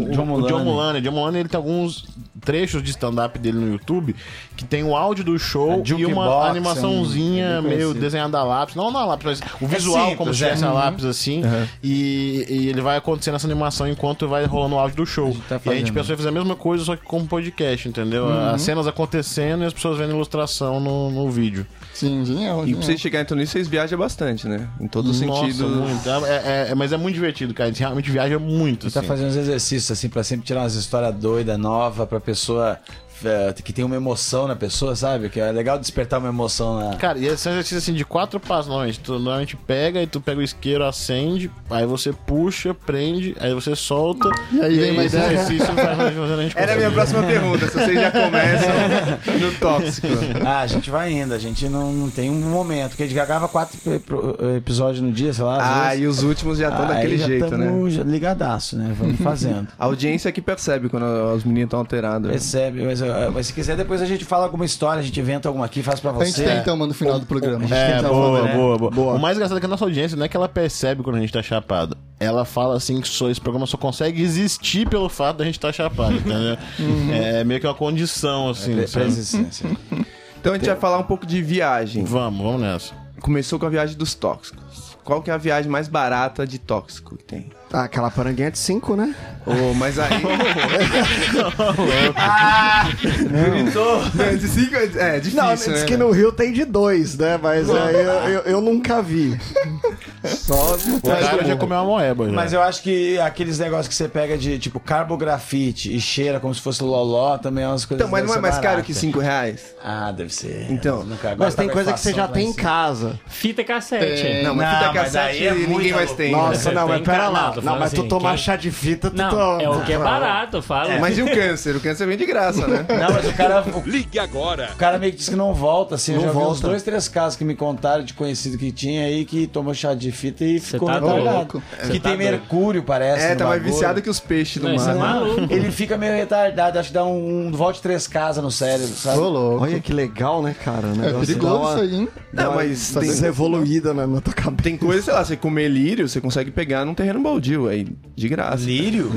no-
John
o- o John
Mulaney.
Mulaney. John Mulaney, ele tem alguns trechos de stand-up dele no YouTube que tem o áudio do show
A
e uma
jukebox,
animaçãozinha
é um- bem
meio
conhecido.
desenhada a lápis. Não, não a lápis, mas o visual
simples,
como se
é. Uhum.
fosse a lápis, assim. E, e ele vai acontecendo essa animação enquanto vai rolando o áudio do show.
tá
e a gente
fazendo. Uhum.
pensou em fazer a mesma coisa, só que como podcast, entendeu? As cenas acontecendo e as pessoas vendo ilustração no, no vídeo.
Sim, genial.
E
genial.
pra vocês chegarem então nisso, vocês viajam bastante, né? Em todos os
Nossa,
sentidos.
muito. É- é- é- mas é muito divertido, cara. A gente realmente viaja muito,
Tá
assim.
fazendo uns exercícios, assim, pra sempre tirar umas histórias doidas, nova, pra pessoa eh, que tem uma emoção na pessoa, sabe? Que é legal despertar uma emoção na.
Cara, e esse exercício assim de quatro passos, normalmente. Tu normalmente pega e tu pega o isqueiro, acende, aí você puxa, prende, aí você solta. E
aí vem mais
esse
ideia.
exercício faz faz- faz a gente
Era a minha
conseguir.
próxima pergunta, se vocês já começam no tóxico.
Ah, a gente vai ainda, a gente não, não tem um momento. Porque a gente gravava quatro pe- pro- episódios no dia, sei lá. às
Ah,
vezes.
e os últimos já estão
Aí
daquele
já
jeito, né?
tamo já ligadaço, né? Vamos fazendo.
A audiência que percebe quando os meninos estão alterados.
Percebe, mas, eh, mas se quiser, depois a gente fala alguma história, a gente inventa alguma aqui, faz pra
A
você.
gente tem então, mano, no final do programa. A gente
É,
tem que
boa,
falar, né?
boa, boa, O mais engraçado é que a nossa audiência não é que ela percebe quando a gente tá chapado. Ela fala assim que só, esse programa só consegue existir pelo fato da gente estar tá chapado, entendeu? É meio que uma condição, assim.
Pre-
sabe?
presença.
Então a gente vai falar um pouco de viagem.
Vamos, vamos nessa.
Começou com a viagem dos tóxicos. Qual que é a viagem mais barata de tóxico que tem?
Ah, aquela paranguinha de 5, né?
Ô, mas aí. é né? Então, Não, de cinco é- é difícil.
Não, diz
né,
que no Rio tem de 2, né? Mas aí eu, eu- eu nunca vi.
Tá,
O
então
cara já comeu uma
É.
moeba, já.
Mas eu acho que aqueles negócios que você pega de tipo carbografite e cheira como se fosse loló também é umas coisas.
Então, mas não é
dessa
mais caro
barata.
que 5 reais?
Ah, deve ser.
Então,
Nunca- agora
Mas
tá
tem
com a
coisa que você já
inflação
tem
lá
em
em cima.
casa.
Fita cassete.
Não, mas
Não,
fita
mas
cassete
aí é
ninguém
muita
mais tem. né?
Nossa,
Você
não,
tem
mas
em
pera
casa,
lá.
tô
Não,
falando
mas tu
assim,
tomar
quem-
chá de fita, tu
Não,
toma.
é o que é barato, eu falo.
Mas e o câncer? O câncer vem de graça, né?
Não, mas o cara,
Ligue agora.
o cara meio que disse que não volta, assim. eu
Não
já vi uns
volta.
dois, três casos que me contaram de conhecido que tinha aí que tomou chá de fita e ficou
tá
retardado.
louco. Você
Que
tá
tem
doido.
mercúrio, parece.
É,
no
tá mais
bagulho. Ah,
viciado que os peixes do
Não, isso é
mar.
maluco.
Ele fica meio retardado, acho que dá um, um volte três casas no cérebro, sabe?
Ô, louco.
Olha que legal, né, cara? O
É
negócio
perigoso
dá uma-
isso aí, hein?
Não, mas
Tá
tem,
desevoluída na, na tua cabeça.
tem coisa, sei lá, você comer lírio, você consegue pegar num terreno baldio aí, de graça.
Lírio?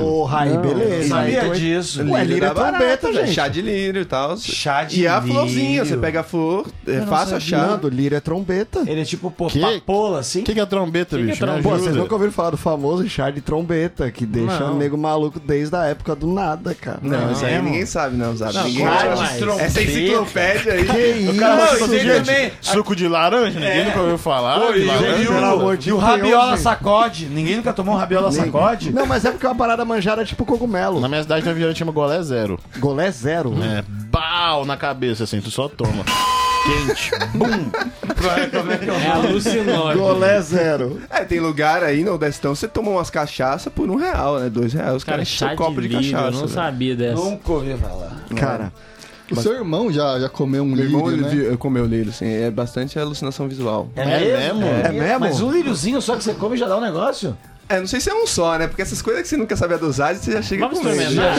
Ô, Rai, beleza.
Sabia
então
Aí tu-
disso.
Ué, lírio é
dá barato,
trombeta,
velho.
gente.
Chá de lírio e tal.
Chá de
E a florzinha,
lírio.
você pega a flor, é fácil achar.
Nando, Lira é trombeta.
Ele é tipo pô,
Que?
papola, assim.
O que, que é trombeta, bicho? Me
Pô,
ajuda.
vocês nunca ouviram falar do famoso chá de trombeta, que deixa
Não.
o nego maluco desde a época do nada, cara.
Não, isso aí
mesmo?
ninguém sabe, não, Zab. Ninguém
claro,
sabe.
mas-
Essa é enciclopédia aí.
O cara
Não,
vai fazer
gente,
também.
tá Suco de laranja? Ninguém nunca ouviu falar. de laranja?
Pelo amor de
E o
Deus,
rabiola
gente.
sacode. Ninguém nunca tomou um rabiola sacode?
Não, mas é porque uma parada manjada é tipo cogumelo.
Na minha cidade, na viagem chama golé zero.
Golé zero.
É, bau na cabeça, assim, tu só toma. Quente.
É alucinógeno.
Golé zero.
É, tem lugar aí no Odestão, você toma umas cachaça por um real, né? Dois reais, os
Cara,
caras
chá
tinham um
de
copo de,
lírio,
cachaça.
eu não
velho.
sabia dessa.
Nunca ouvi falar.
Cara,
O seu irmão já, já comeu um
Meu irmão
lírio, né?
ele vi- comeu lírio, assim, é bastante alucinação visual.
É mesmo?
É mesmo?
Mas um líriozinho só que você come já dá um negócio?
É, não sei se é um só, né? Porque essas coisas que você não quer saber a dosagem, você já chega
Vamos
com medo.
experimentar.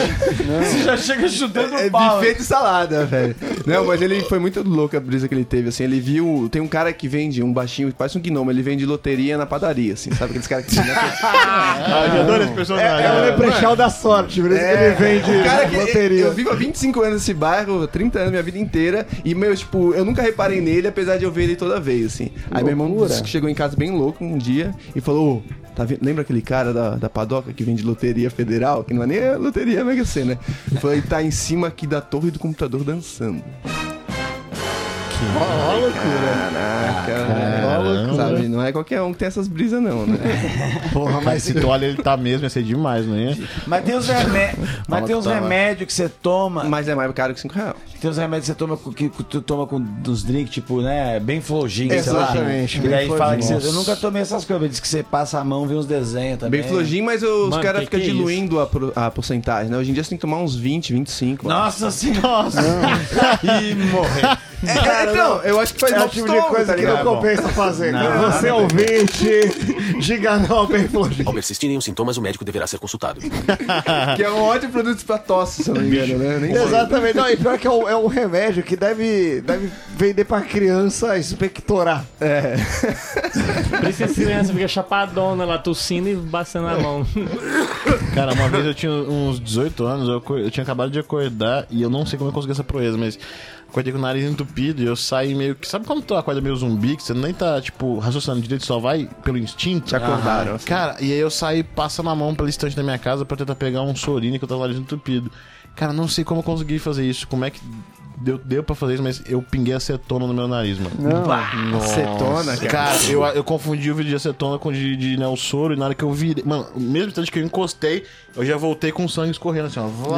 Você já chega chutando
É buffet de salada, velho. Não, mas ele foi muito louco a brisa que ele teve, assim. Ele viu. Tem um cara que vende um baixinho, parece um gnomo, ele vende loteria na padaria, assim, sabe? Aqueles caras que vendem na
Ah, eu adoro esse personagem.
um
É o
cara.
leprechal da sorte, por isso que
É.
ele vende
O cara que
loteria.
Eu vivo há 25 anos nesse bairro, 30 anos, minha vida inteira. E, meu, tipo, eu nunca reparei nele, apesar de eu ver ele toda vez, assim. Aí meu irmão
Loucura.
disse que chegou em casa bem louco um dia e falou. "Ô, Tá vendo? Lembra aquele cara da, da padoca que vende loteria federal? Que não é nem a loteria Mega Sena. Foi, tá em cima aqui da torre do computador dançando.
Ó, ó, loucura.
Caraca,
Caramba.
sabe? Não é qualquer um que tem essas brisas, não, né?
Porra, mas se tu olha, ele tá mesmo, ia ser demais, não ia?
Mas tem uns, remé... Mas tem uns
Toma.
remédios que você toma.
Mas é mais caro que 5 reais.
Tem uns remédios que você toma com, que tu toma com dos drinks, tipo, né? Bem flojinho, sei lá.
Exatamente,
E
bem
aí fala que você.
flojinho.
Eu nunca tomei essas coisas. mas Diz que você passa a mão, vê uns desenhos também.
É Bem flojinho, mas os
Mano,
caras
que
ficam
que é
diluindo a, pro- a porcentagem, né? Hoje em dia você tem que tomar uns 20, 25. ó.
Nossa senhora!
E morrer.
É, é, então, eu acho que faz
É
mal
o
pro
tipo de
estômago,
coisa
tá
que não
ligado?
compensa fazer.
Não,
Você ouvinte, diga não ao bem flojinho.
Ao persistirem os sintomas, o médico deverá ser consultado.
Que é um ótimo produto pra tosse, se eu não me engano, né? Nem sei.
Exatamente. Não, e pior que é um, é um remédio que deve, deve vender pra criança expectorar.
Por isso que as crianças ficam chapadona lá, tossindo e batendo a mão.
Cara, uma vez eu tinha uns 18 anos, eu, acor- eu tinha acabado de acordar e eu não sei como eu consegui essa proeza, mas acordei com o nariz entupido e eu saí meio que. Sabe quando tu acorda meio zumbi, que você nem tá, tipo, raciocinando direito, só vai pelo instinto?
Te acordaram. assim.
Ah, Cara, e aí eu saí passando a mão pela estante da minha casa pra tentar pegar um sorine que eu tava com o nariz entupido. Cara, não sei como eu consegui fazer isso, como é que. Deu, deu pra fazer isso, mas eu pinguei acetona no meu nariz, mano.
Acetona, Né, cara.
Cara, eu, eu confundi o vídeo de acetona com o de, de Neo Soro e na hora que eu virei. Mano, o mesmo instante que eu encostei, eu já voltei com sangue escorrendo assim, ó. Vá,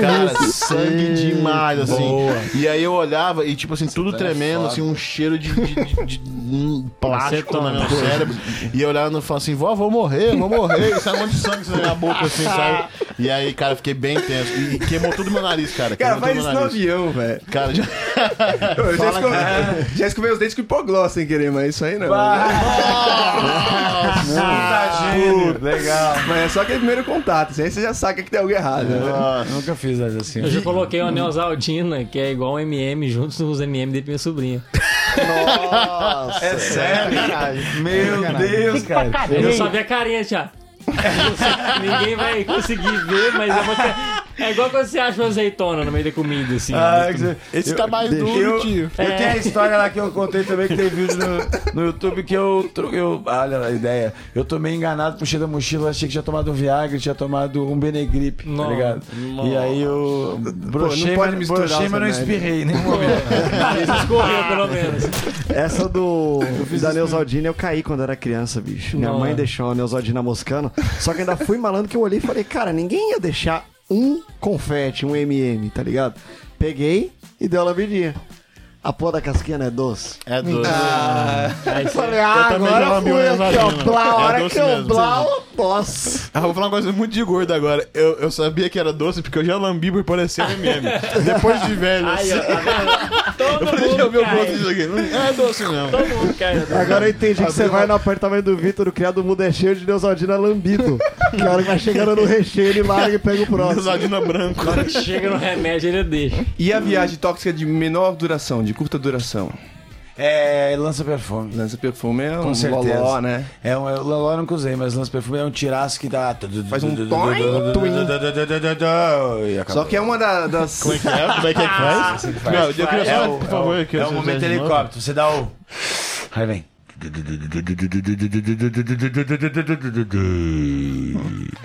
cara, sangue demais, assim. E aí eu olhava e, tipo assim, tudo
é
tremendo, assim, um cheiro de, de- de- de- um plástico
Acetona.
no meu cérebro. E eu olhava e falava assim, vó, vou morrer, vou morrer. E sai um monte de sangue na minha boca, assim, sabe? E aí, cara, eu fiquei bem tenso. E queimou tudo meu nariz, cara.
Cara, faz
queimou tudo
isso
meu
no
nariz.
avião, velho.
Cara, já...
Eu já, esco... já escovei os dentes com hipoglós sem querer, mas isso aí não.
Legal.
Mas é só aquele primeiro contato, assim, aí você já saca que tem algo errado. né?
Nunca fiz nada assim.
Eu já coloquei o anel Zaldina, que é igual um MM, junto com os MM dele pra minha sobrinha.
É sério? Meu Deus, cara.
Eu só vi a carinha já. Ninguém vai conseguir ver, mas eu vou ter... É igual quando você acha uma azeitona no meio da comida, assim. É,
Ah, que você-
Esse tá mais duro,
eu,
tio.
Eu tenho a história lá que eu contei também, que tem vídeo no, no YouTube que eu, tro- eu. Olha a ideia. Eu tomei enganado, puxei da mochila, achei que tinha tomado um Viagra, tinha tomado um Benegripe, tá
Nossa.
ligado? E aí eu. Brochei,
pode
mas,
misturar
brochei,
os
mas não
remédios.
espirrei em nenhum momento.
Isso escorreu, pelo menos.
Essa do da Neusaldina eu caí quando era criança, bicho. Minha
Não,
mãe
é.
deixou a Neusaldina moscando. Só que ainda fui malandro que eu olhei e falei, cara, ninguém ia deixar um confete, um MM, tá ligado? Peguei e deu a lambidinha. A pó da casquinha não é doce.
É doido.
Eu falei, ah,
também já
agora
lambi
fui
uma
aqui, ó.
Neusaldina.
Blá, a
É
hora
doce
que eu
mesmo.
blau, nossa.
Ah, vou falar uma coisa muito de gordo agora. Eu, eu sabia que era doce porque eu já lambi por parecer um MM. Depois de velho,
Aí, ó,
assim.
tá vendo? Todo
Eu falei, já
mundo
vi um o gosto
cai.
disso aqui. Não é doce mesmo.
Todo mundo cai. né?
Agora eu entendi que você vai no apartamento do Vitor, o criado do mundo é cheio de Neusaldina lambido. que a hora que vai chegando no recheio, ele larga e pega o próximo.
Rosadina tá branco.
Chega no remédio, ele deixa.
E a viagem tóxica de menor duração, de curta duração?
É, lança perfume.
Lança perfume é um
Com certeza.
loló, né?
É um, é, o Loló eu nunca usei, mas lança perfume é um tiraço que dá.
Faz um toim,
E acabou.
Só que é uma da- das...
Como é que é? Como é que é que faz? Não, eu queria
É
só,
o-
por favor, que
É
eu
um momento
seja de novo.
helicóptero. Você dá o. Aí vem.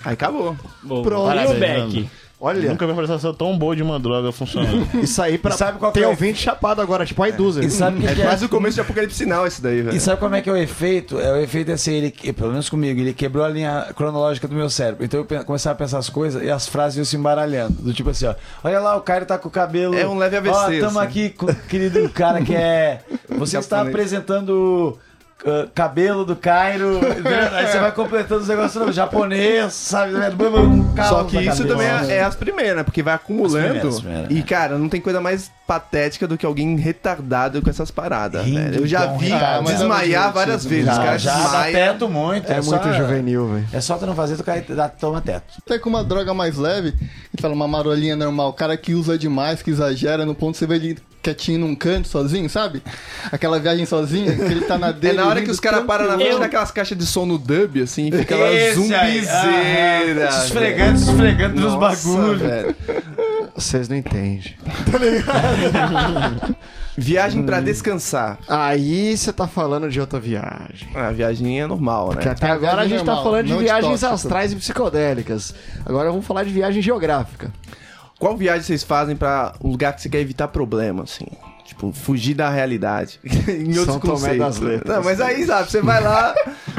Aí acabou.
Bom,
Pronto.
Parabéns,
E o
Beck?
Beck.
Olha,
Nunca vi uma prestação tão boa de uma droga funcionando.
isso aí pra...
E sabe qual que
tem
é o-
ouvinte chapado agora, tipo a Iduser.
E sabe o que
É
que é?
quase o começo de Apocalipse Sinal esse daí,
E
velho.
sabe como é que é o efeito? É o efeito é assim, ele, que- pelo menos comigo, ele quebrou a linha cronológica do meu cérebro. Então eu pe- começava a pensar as coisas e as frases iam se embaralhando. Do tipo assim, ó. Olha lá, o cara tá com o cabelo.
É um leve AVC,
Ó,
assim.
tamo aqui com o querido cara que é. Você está
Japonês.
apresentando ah, cabelo do Cairo, entendeu? aí você vai completando os negócios não, japonês, sabe? Um caos
Só que
na
isso
cabeça.
também é, é as primeiras, porque vai acumulando.
As primeiras, as primeiras,
e,
é.
cara, não tem coisa mais patética do que alguém retardado com essas paradas,
Rindo
velho. Ah, Eu já
com
vi
então, retardado.
desmaiar várias vezes.
Já,
o cara
já dá
desmaia.
teto muito.
É
só-
muito juvenil, velho.
É só tu não fazer, tu cai, dá, toma teto.
Até com uma droga mais leve, e fala uma marolinha normal, o cara que usa demais, que exagera, no ponto você vê ele quietinho num canto sozinho, sabe? Aquela viagem sozinho, que ele tá na
É
dele.
na hora que
rindo
os caras param na
tranquilo.
frente daquelas caixas de som no dub, assim, e fica lá
Esse aí,
zumbizeira.
ah, se esfregando, se esfregando nos bagulhos.
velho.
Vocês não entendem.
Viagem
Hum.
pra descansar.
Aí você tá falando de outra viagem.
Ah, a viagem é normal,
Que
né?
até
É a
agora a
viagem
gente tá
normal,
falando de
não de
viagens
tóxico.
astrais e psicodélicas. Agora vamos falar de viagem geográfica.
Qual viagem vocês fazem pra um lugar que você quer evitar problema, assim? Tipo, fugir da realidade. em outros
São Tomé
conceitos. né?
das Letras.
Não, mas aí, sabe, você vai lá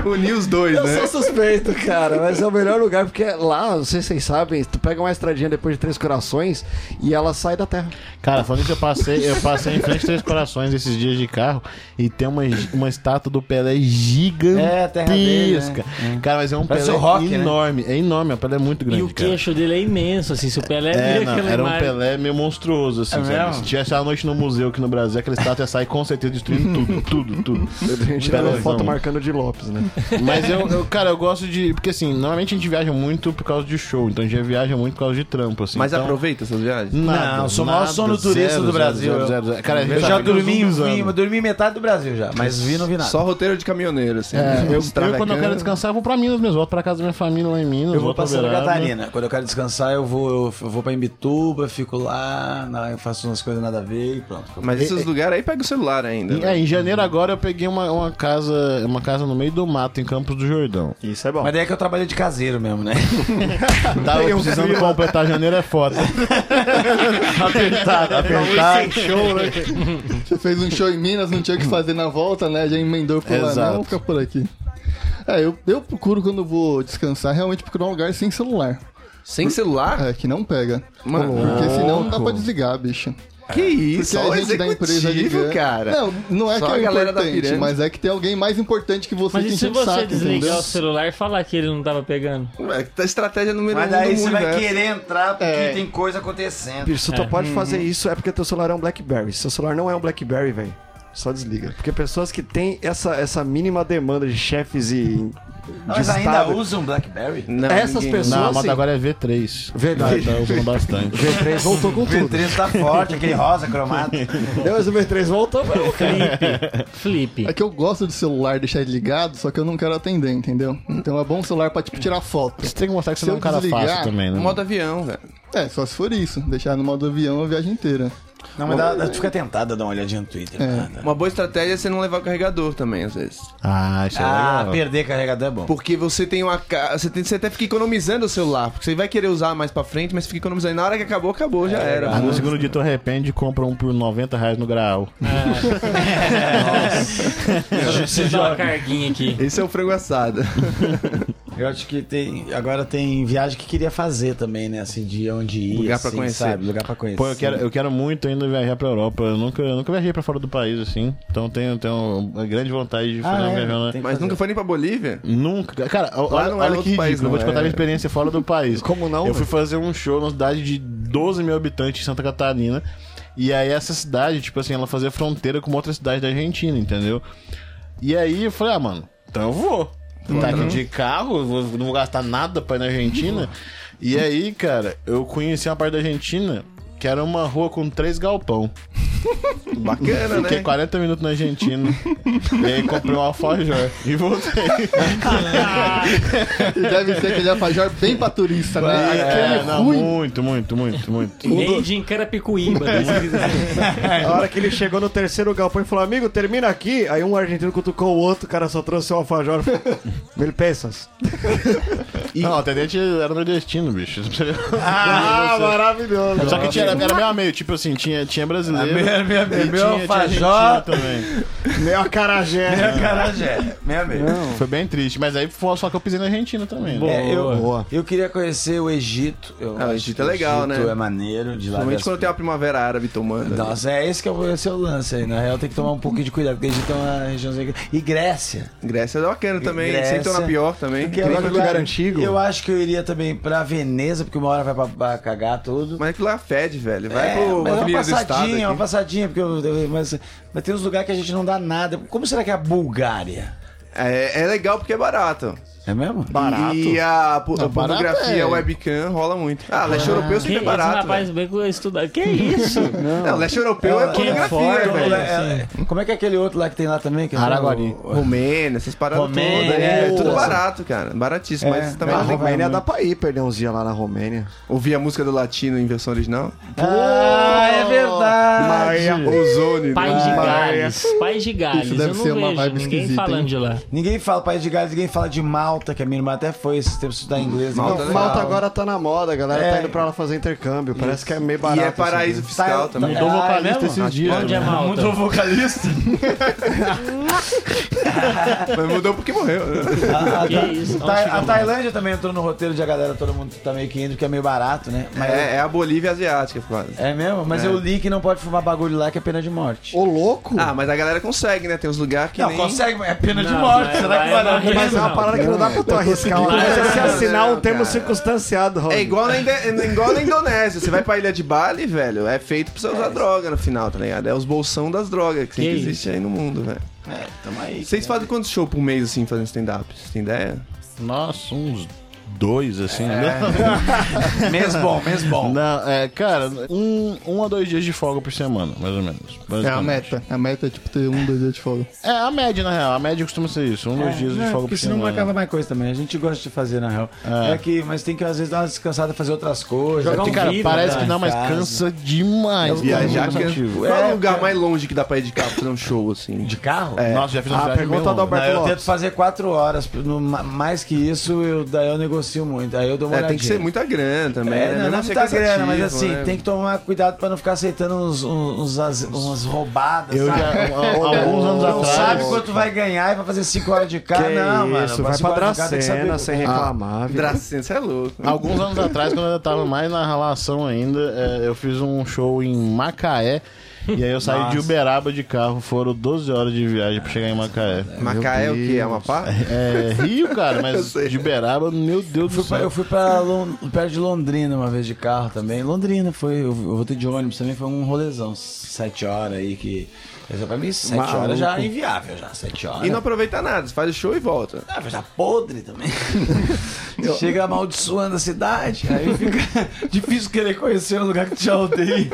unir os dois,
Eu
né?
sou suspeito, cara, mas é o melhor lugar, porque lá, não sei se vocês sabem, tu pega uma estradinha depois de Três Corações e ela sai da terra.
Cara, falando que eu passei, eu passei em frente aos Três Corações esses dias de carro e tem uma, uma estátua do Pelé
É, a
gigantesca.
terra dele, né?
Cara, mas é um
Parece
Pelé
o Rock, né?
enorme. É enorme, o Pelé é muito grande.
E o
cara.
queixo dele é imenso, assim, se o Pelé
É,
vira
não,
aquela
era um
imagem-
Pelé meio monstruoso, assim,
É
sabe?
mesmo?
Se tivesse a noite no museu aqui no Brasil, aquela estátua ia sair com certeza destruindo tudo, tudo, tudo.
A gente tá
Pelézão.
foto marcando de Lopes, né?
Mas eu, eu, cara, eu gosto de. Porque assim, normalmente a gente viaja muito por causa de show, então a gente viaja muito por causa de trampo, assim.
Mas
então,
aproveita essas viagens?
Nada,
Não, eu sou o maior
nada,
sono turista do Brasil.
zero. Cara, a gente
Eu
tá
já
ficando
dormi,
uns anos.
vi, eu dormi metade do Brasil já, mas vi não vi nada.
Só roteiro de caminhoneiro, assim.
É, eu, eu, quando eu
Extravagando.
quero descansar, eu vou pra Minas mesmo, volto pra casa da minha família lá em Minas.
Eu vou
volto pra
pra Santa
Uberaba.
Catarina. Quando eu quero descansar, eu vou, eu f- eu vou pra Imbituba, fico lá, na- eu faço umas coisas nada a ver e pronto.
Mas esses lugares aí pega o celular ainda.
E,
né?
É, em janeiro agora eu peguei uma, uma casa uma casa no meio do mato, em Campos do Jordão.
Isso é bom.
Mas daí é que eu trabalhei de caseiro mesmo, né?
Tava precisando completar janeiro é foda. apertado, apertado. Show, né?
Você fez um show em Minas, não tinha o que fazer na volta, né? Já emendou por lá,
Exato.
não, fica por aqui. É, eu, eu procuro quando eu vou descansar, realmente procurar um lugar sem celular.
Sem celular?
É, que não pega.
Mano,
Porque senão não dá pra desligar, bicho.
que isso?
Porque
Olha o
a gente da empresa
executivo,
liga.
cara.
Não, não é
Só
que
a
é
galera da
importante,
pirâmide.
mas é que tem alguém mais importante que você
Mas
que
e se
enche o
você
saco,
desligar
entendeu?
o celular e falar que ele não tava pegando?
A estratégia número
Mas
um do
daí você
mundo,
vai
né?
querer entrar porque
É.
tem coisa acontecendo.
Isso, tu pode fazer isso é porque teu celular é um BlackBerry. Se teu celular não é um BlackBerry, velho, só desliga. Porque pessoas que têm essa, essa mínima demanda de chefes e de
Mas ainda
estado...
usam Blackberry?
Não,
Essas
ninguém-
pessoas-
Não, mas
assim.
agora é V3.
Verdade.
Tá usando bastante.
V3 voltou com
O
tudo.
V3 tá forte, aquele rosa cromado.
Não, mas o V3 voltou, mas o
Flip.
É que eu gosto de celular, deixar ele ligado, só que eu não quero atender, entendeu? Então é bom o celular pra, tipo, tirar foto.
Você tem que mostrar que você
Se
não é um
eu
cara
desligar,
fácil também, né?
Modo avião, velho.
É, só se for isso. Deixar no modo avião a viagem inteira.
Não, mas dá, dá- tu fica tentado a dar uma olhadinha no Twitter. cara.
Uma boa estratégia é você não levar o carregador também, às vezes.
Ah, isso é
Ah,
legal.
perder carregador é bom.
Porque você tem uma. ca- Você, tem, você até fica economizando o celular. Porque você vai querer usar mais pra frente, mas fica economizando. Na hora que acabou, acabou, já era.
Ah, no segundo dia tu arrepende e compra um por 90 reais no graal.
Deixa eu dar uma carguinha aqui.
Esse é o frango assado.
Eu acho que tem. Agora tem viagem que queria fazer também, né? Assim, de onde ir.
Lugar pra
assim,
conhecer.
Sabe? Lugar pra conhecer.
Pô, eu quero, eu quero muito ainda viajar pra Europa. Eu nunca, eu nunca viajei pra fora do país, assim. Então tenho, tenho uma grande vontade de fazer
Ah,
um
é?
viajão, né?
Tem que
Mas
fazer.
nunca foi nem pra Bolívia?
Nunca. Cara, olha,
não é
olha
outro
que ridículo.
país,
eu vou
não,
te contar
é.
minha experiência fora do país.
Como não,
Eu fui
velho?
fazer um show numa cidade de 12 mil habitantes em Santa Catarina. E aí essa cidade, tipo assim, ela fazia fronteira com uma outra cidade da Argentina, entendeu? E aí eu falei, ah, mano, então eu vou.
Uhum.
Tá aqui de carro, eu vou- não vou gastar nada pra ir na Argentina. e aí, cara, eu conheci uma parte da Argentina que era uma rua com três galpão.
Bacana,
Fiquei
né?
40 minutos na Argentina. e aí comprei um alfajor e voltei.
E deve ser aquele alfajor bem pra turista, né?
É,
Aquele
não,
ruim.
muito, muito, muito, muito.
Made in Carapicuíba.
é
A hora que ele chegou no terceiro galpão e falou, amigo, termina aqui. Aí um argentino cutucou o outro, o cara só trouxe o alfajor. Mil peças.
Não, o atendente era nordestino, bicho.
Ah, maravilhoso.
Só que tinha, era meio a meio, tipo assim, tinha, tinha brasileiro,
Minha, minha, minha,
Tinha-
meu
tinha
alfajor,
argentino também.
Meu acarajé.
minha carajé. Minha É, meia.
Foi bem triste, mas aí foi só que eu pisei na Argentina também. Né?
É, eu,
Boa.
eu queria conhecer o Egito. Eu
Ah, o
acho
Egito
que
é legal,
Egito
né?
é maneiro de lá.
Principalmente
das-
quando tem uma primavera árabe tomando. né? ali.
Nossa, é esse que é o, esse é o lance aí. Na real, tem que tomar um pouquinho de cuidado, porque o Egito é uma regiãozinha. E Grécia.
Grécia é bacana também,
Grécia.
sem tornar pior também.
Porque
Tem-
eu-
lugar
cara,
antigo.
Eu acho que eu iria também pra Veneza, porque uma hora vai pra, pra cagar tudo.
Mas aquilo lá fede, velho. Vai
É,
pro
mas é uma
Avenida do Estado.
passadinha, é uma
aqui.
passadinha, porque eu- eu- mas, mas tem uns lugares que a gente não dá nada. Como será que é a Bulgária?
É, é legal porque é barato.
É mesmo?
Barato.
E a, po-
Não,
a pornografia,
barato é-
webcam, rola muito. Ah, leste europeu
Que
sempre é
esse
barato.
rapaz
velho.
veio estudar. Que isso?
Não, leste europeu é, né?
Quem é
fora,
pornografia,
como
velho.
é-
Como é que é aquele outro lá que tem lá também? Que é o-
Araguari.
o-
Romênia, essas paradas
Romênia,
todas. É,
boa.
tudo barato, cara. Baratíssimo.
É,
Mas também
A
não tem que
Romênia dá pra ir perder uns dias lá na Romênia.
ouvir a música do latino em versão original.
Ah, é verdade.
Ozone,
Pai de
né?
Gales. Pai de Gales.
Isso deve
eu não
ser
vejo
uma vibe
ninguém
esquisita,
falando
hein?
de lá.
Ninguém fala País de Gales, ninguém fala de Malta, que a minha irmã até foi esses tempos estudar inglês.
Malta
ninguém
é
fala.
legal.
Malta agora tá na moda, a galera
É.
tá indo pra lá fazer intercâmbio. Parece que é meio
E
barato.
é paraíso
assim,
fiscal
Tá-
também.
tá-
Mudou o vocalista
Caralho,
esses dias.
Onde é
também.
Malta?
Mudou o vocalista.
Mas mudou porque morreu. né?
A, a-
Que isso?
a-
Onde fica
a
Malta?
Tailândia também entrou no roteiro de a galera, todo mundo tá meio que indo, que é meio barato, né? Mas é,
É, é a Bolívia asiática, quase.
mesmo? Mas eu li que não pode fumar bagulho lá, que é pena de morte.
Ô, louco!
Ah, mas a galera consegue, né? Tem uns lugares que
não,
nem...
consegue, mas é pena de
Não,
morte.
mas
Será que
vai-
vai dar
vai-
Mas é uma
não.
parada que não dá pra tu arriscar. Uma
conseguindo.
coisa é se
Não,
assinar
não,
um termo
cara.
circunstanciado, Rob.
É igual na, Inde- é igual na Indonésia. Você vai pra ilha de Bali, velho, é feito pra você usar droga no final, tá ligado? É os bolsão das drogas que,
Que
sempre
isso?
existe aí no mundo, velho.
É, tamo aí.
Vocês fazem quantos shows por mês, assim, fazendo stand-up? Vocês têm ideia?
Nossa, uns dois, assim. né?
Mês bom, mês bom.
Não, é, cara, um, um a dois dias de folga por semana, mais ou menos.
É a meta. A meta é tipo ter um, dois dias de folga.
É, a média, na real. A média costuma ser isso. Um, dois dias de folga
porque
por
senão
semana.
não acaba mais coisa também. A gente gosta de fazer, na real. É, que, mas tem que às vezes dar uma descansada, fazer outras coisas.
Porque, um cara,
vidro,
parece
né?
que não, mas
Casa.
cansa demais.
Viajar
Muito cansativo.
Qual é o lugar mais longe que dá pra ir de carro pra fazer um show, assim?
De carro?
Nossa, já fiz uma
Ah,
viagem bem
pergunta do
É. Não,
longa.
Alberto
eu
Lopes.
tento fazer quatro horas. no- ma- mais que isso, eu, daí eu negocio muito. Aí eu dou uma
É, tem
olhadinha.
que ser muita grana também. né?
É, não,
Mesmo
não é
assim,
muita grana, mas
cansativo,
assim,
né?
tem que tomar cuidado pra não ficar aceitando uns, uns, uns- umas roubadas,
Eu
sabe?
já, alguns anos
Não
atrás.
né? sabe quanto vai ganhar e vai fazer cinco horas de carro.
Que
Ah, não, mano.
isso, vai
cinco
pra
horas de carro tem que saber-
Dracena sem reclamar, viu?
Dracena, você é louco.
Ah. Alguns anos atrás, quando eu tava mais na relação ainda, é, eu fiz um show em Macaé. E aí eu saí de Uberaba de carro. Foram 12 horas de viagem pra chegar em Macaé.
Macaé é o quê? É Amapá?
É Rio, cara, mas
sei.
de Uberaba, meu Deus do
Fui pra-
céu.
eu fui pra Lon- perto de Londrina uma vez de carro também. Londrina foi, eu, eu voltei de ônibus também, foi um rolezão. Sete horas aí que. Mas Pra mim, sete
Maluco.
horas já é inviável, já. Sete horas.
E não aproveita nada, você faz o show e volta.
Ah, mas tá podre também. Chega amaldiçoando a cidade. Aí fica difícil querer conhecer um lugar que tu já odeia.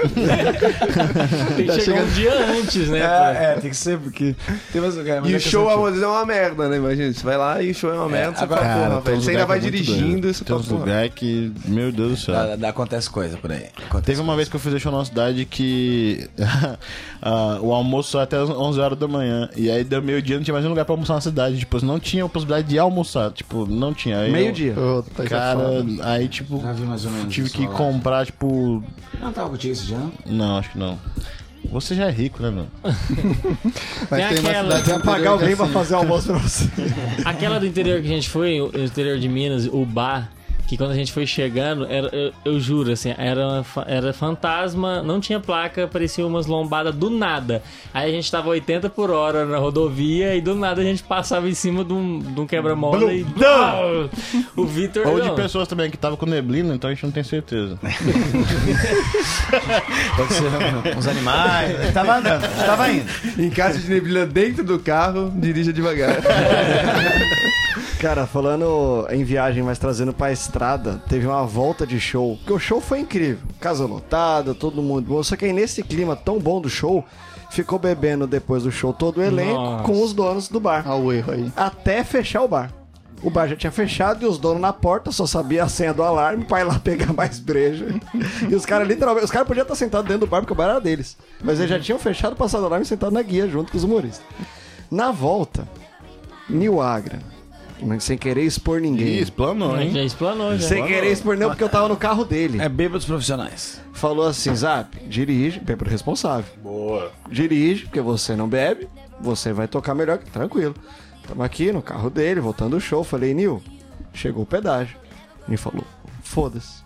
Tem que chegar um dia antes, né? pra-
É, é, tem que ser, porque tem mais lugar. mas
E
é
o show,
cansativo.
às vezes, é uma merda, né? Imagina, você vai lá e o show é uma merda, você fala,
agora-
porra,
Cara, tem
velho.
uns
Você ainda
lugar
vai
que é muito
dirigindo,
doido.
e você
Tem
fala,
uns
porra.
lugares que, meu Deus do céu.
Dá- dá- acontece coisa por aí.
Teve um uma vez que eu fiz show na cidade que ah, o almoço foi até as 11 horas da manhã. E aí deu meio-dia, não tinha mais nenhum lugar pra almoçar na cidade. Tipo, não tinha a possibilidade de almoçar. Tipo, não tinha. Aí eu-
Meio-dia.
Ô, tá isso é
Cara,
foda.
aí tipo,
Já vi mais ou menos
tive
isso
que
lá.
comprar, tipo.
Não tava contigo esse dia, não?
Não, acho que não. Você já é rico, né, meu?
Mas tem uma
aquela-
cidade
Vai pagar alguém pra
assim,
fazer almoço pra você.
Aquela do interior que a gente foi, o o interior de Minas, o bar, que quando a gente foi chegando, era, eu, eu juro, assim, era, fa- era fantasma, não tinha placa, parecia umas lombadas do nada. Aí a gente tava 80 por hora na rodovia e do nada a gente passava em cima de um, de um quebra-mola e. O Vitor.
Ou de
não.
pessoas também que tava com neblina, então a gente não tem certeza.
Pode ser um- uns animais. Tava andando, tava indo.
Em caso de neblina dentro do carro, dirija devagar.
Cara, falando em viagem, mas trazendo pra estrada, teve uma volta de show. Porque o show foi incrível. Casa lotada, todo mundo bom. Só que aí nesse clima tão bom do show, ficou bebendo depois do show todo o elenco
Nossa.
com os donos do bar.
Olha é o erro aí.
Até fechar o bar. O bar já tinha fechado e os donos na porta só sabia a senha do alarme pra ir lá pegar mais breja. E os caras literalmente. Os caras podiam estar sentados dentro do bar porque o bar era deles. Mas eles já tinham fechado, passado o alarme e sentado na guia junto com os humoristas. Na volta, New Agra, Mas Sem querer expor ninguém.
Ih, explanou, hein?
Já explanou, já.
Sem querer expor não, porque eu tava no carro dele.
É bêbados profissionais.
Falou assim, Zap, dirige, bêbado responsável.
Boa.
Dirige, porque você não bebe, você vai tocar melhor, que tranquilo. Tamo aqui no carro dele, voltando do show. Falei, Nil, chegou o pedágio. Ele falou, foda-se.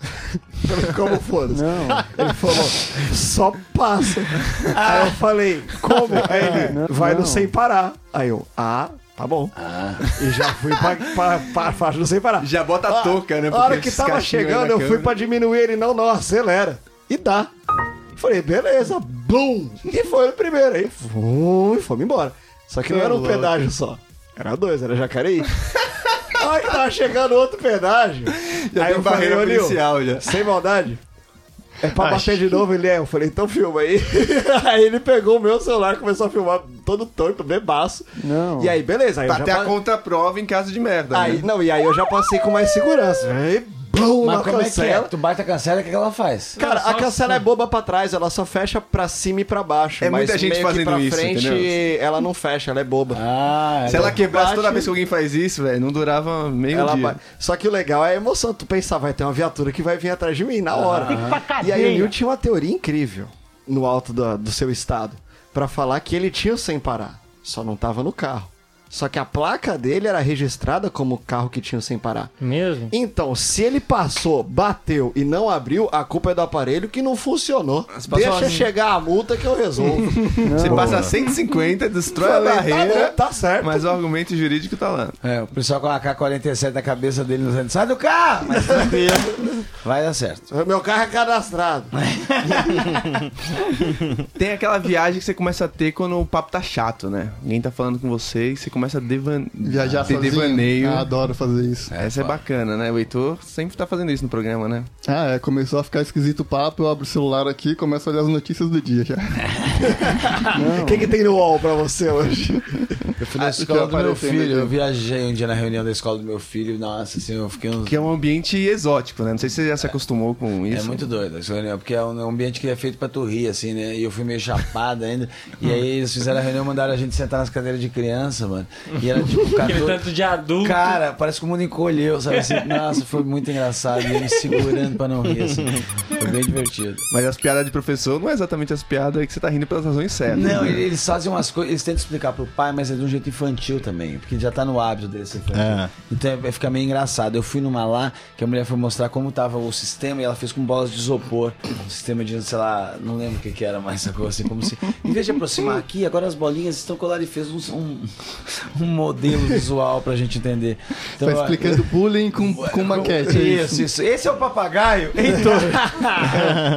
Como foda-se.
Ele falou, só passa. Aí eu falei, como? Aí ele, vai no sem parar. Aí eu, ah, tá bom. E já fui pra, pra, pra faixa do sem parar.
Já bota a touca, né?
A hora
Porque
que
esses
tava
cachinhos aí
chegando,
na
eu fui
câmera.
pra diminuir ele, não, não, acelera. E dá. Falei, beleza, blum! E foi no primeiro, aí vum, e fomos embora. Só
é
que não era um pedágio só. Era dois, era Jacareí. Aí tava chegando outro pedágio.
Já
aí
tem barreira
"Ô, Nil,
policial já."
Sem maldade. É pra bater de novo, ele é. Eu falei, então filma aí. aí ele pegou o meu celular, começou a filmar todo torto, bebaço.
Não.
E aí, beleza. Aí eu
Pra
já
ter Tá a
pa-
contraprova em caso de merda.
Aí,
né?
não, e aí eu já passei com mais segurança. Aí, blum,
Mas
na
como é que
cancela.
é? Tu bate a cancela, o que, que ela faz?
Cara, a cancela é boba pra trás, ela só fecha pra cima e pra baixo.
É
mas
muita gente
meio que
fazendo
pra
isso,
frente,
entendeu?
ela não fecha, ela é boba.
Ah,
Se ela quebrasse toda
bate-
vez que alguém faz isso, velho, não durava meio
Ela
dia.
ba- Só que o legal é a emoção. Tu pensar, vai ter uma viatura que vai vir atrás de
Ah,
mim na hora. E aí o Nil tinha uma teoria incrível no alto da- do, seu estado pra falar que ele tinha o sem parar, só não tava no carro. Só que a placa dele era registrada como o carro que tinha o sem parar.
Mesmo?
Então, se ele passou, bateu e não abriu, a culpa é do aparelho que não funcionou.
Você passou
Deixa
assim.
chegar a multa que eu resolvo.
Você passa 150, destrói a
Falei, tá
barreira,
bom, tá certo.
mas o argumento jurídico tá lá.
É, o pessoal com a AK-47 na cabeça dele nos anos. Sai do carro! Mas tranquilo. Vai dar certo.
Meu carro é cadastrado.
Tem aquela viagem que você começa a ter quando o papo tá chato, né? Ninguém tá falando com você e você começa a devan...
Viajar
ter
sozinho.
devaneio.
Ah, adoro fazer isso.
Essa é bacana, né? O Heitor sempre tá fazendo isso no programa, né?
Ah, é. Começou a ficar esquisito o papo, eu abro o celular aqui e começo a olhar as notícias do dia já. Tá
O que, que tem no UOL pra você hoje?
Eu fui na
Ah,
escola
então
do meu
aparecendo
filho.
aqui.
Eu viajei um dia na reunião da escola do meu filho. Nossa, assim, eu fiquei uns.
Que é um ambiente exótico, né? Não sei se você já se acostumou com
É
isso.
muito doido essa reunião, porque é um ambiente que é feito pra tu rir, assim, né? E eu fui meio chapado ainda. E aí eles fizeram a reunião, mandaram a gente sentar nas cadeiras de criança, mano. E era tipo
Aquele
14,
tanto de adulto.
Cara, parece que o mundo encolheu, sabe? Assim, nossa, foi muito engraçado. E ele me segurando pra não rir, assim. Foi bem divertido.
Mas as piadas de professor não é exatamente as piadas que você tá rindo pelas razões certas.
Não,
né?
eles fazem umas coisas, eles tentam explicar pro pai, mas é de um jeito infantil também, porque já tá no hábito dele ser infantil.
É.
Então é- vai ficar meio engraçado. Eu fui numa lá que a mulher foi mostrar como tava o sistema e ela fez com bolas de isopor. Um sistema de, sei lá, não lembro o que que era mais, sacou? Assim, como se. Em vez de aproximar aqui, agora as bolinhas estão coladas e fez um, um, um modelo visual pra gente entender. Então,
Tá
ó,
explicando bullying com, com maquete. é
isso, isso. Esse é o papagaio, Heitor.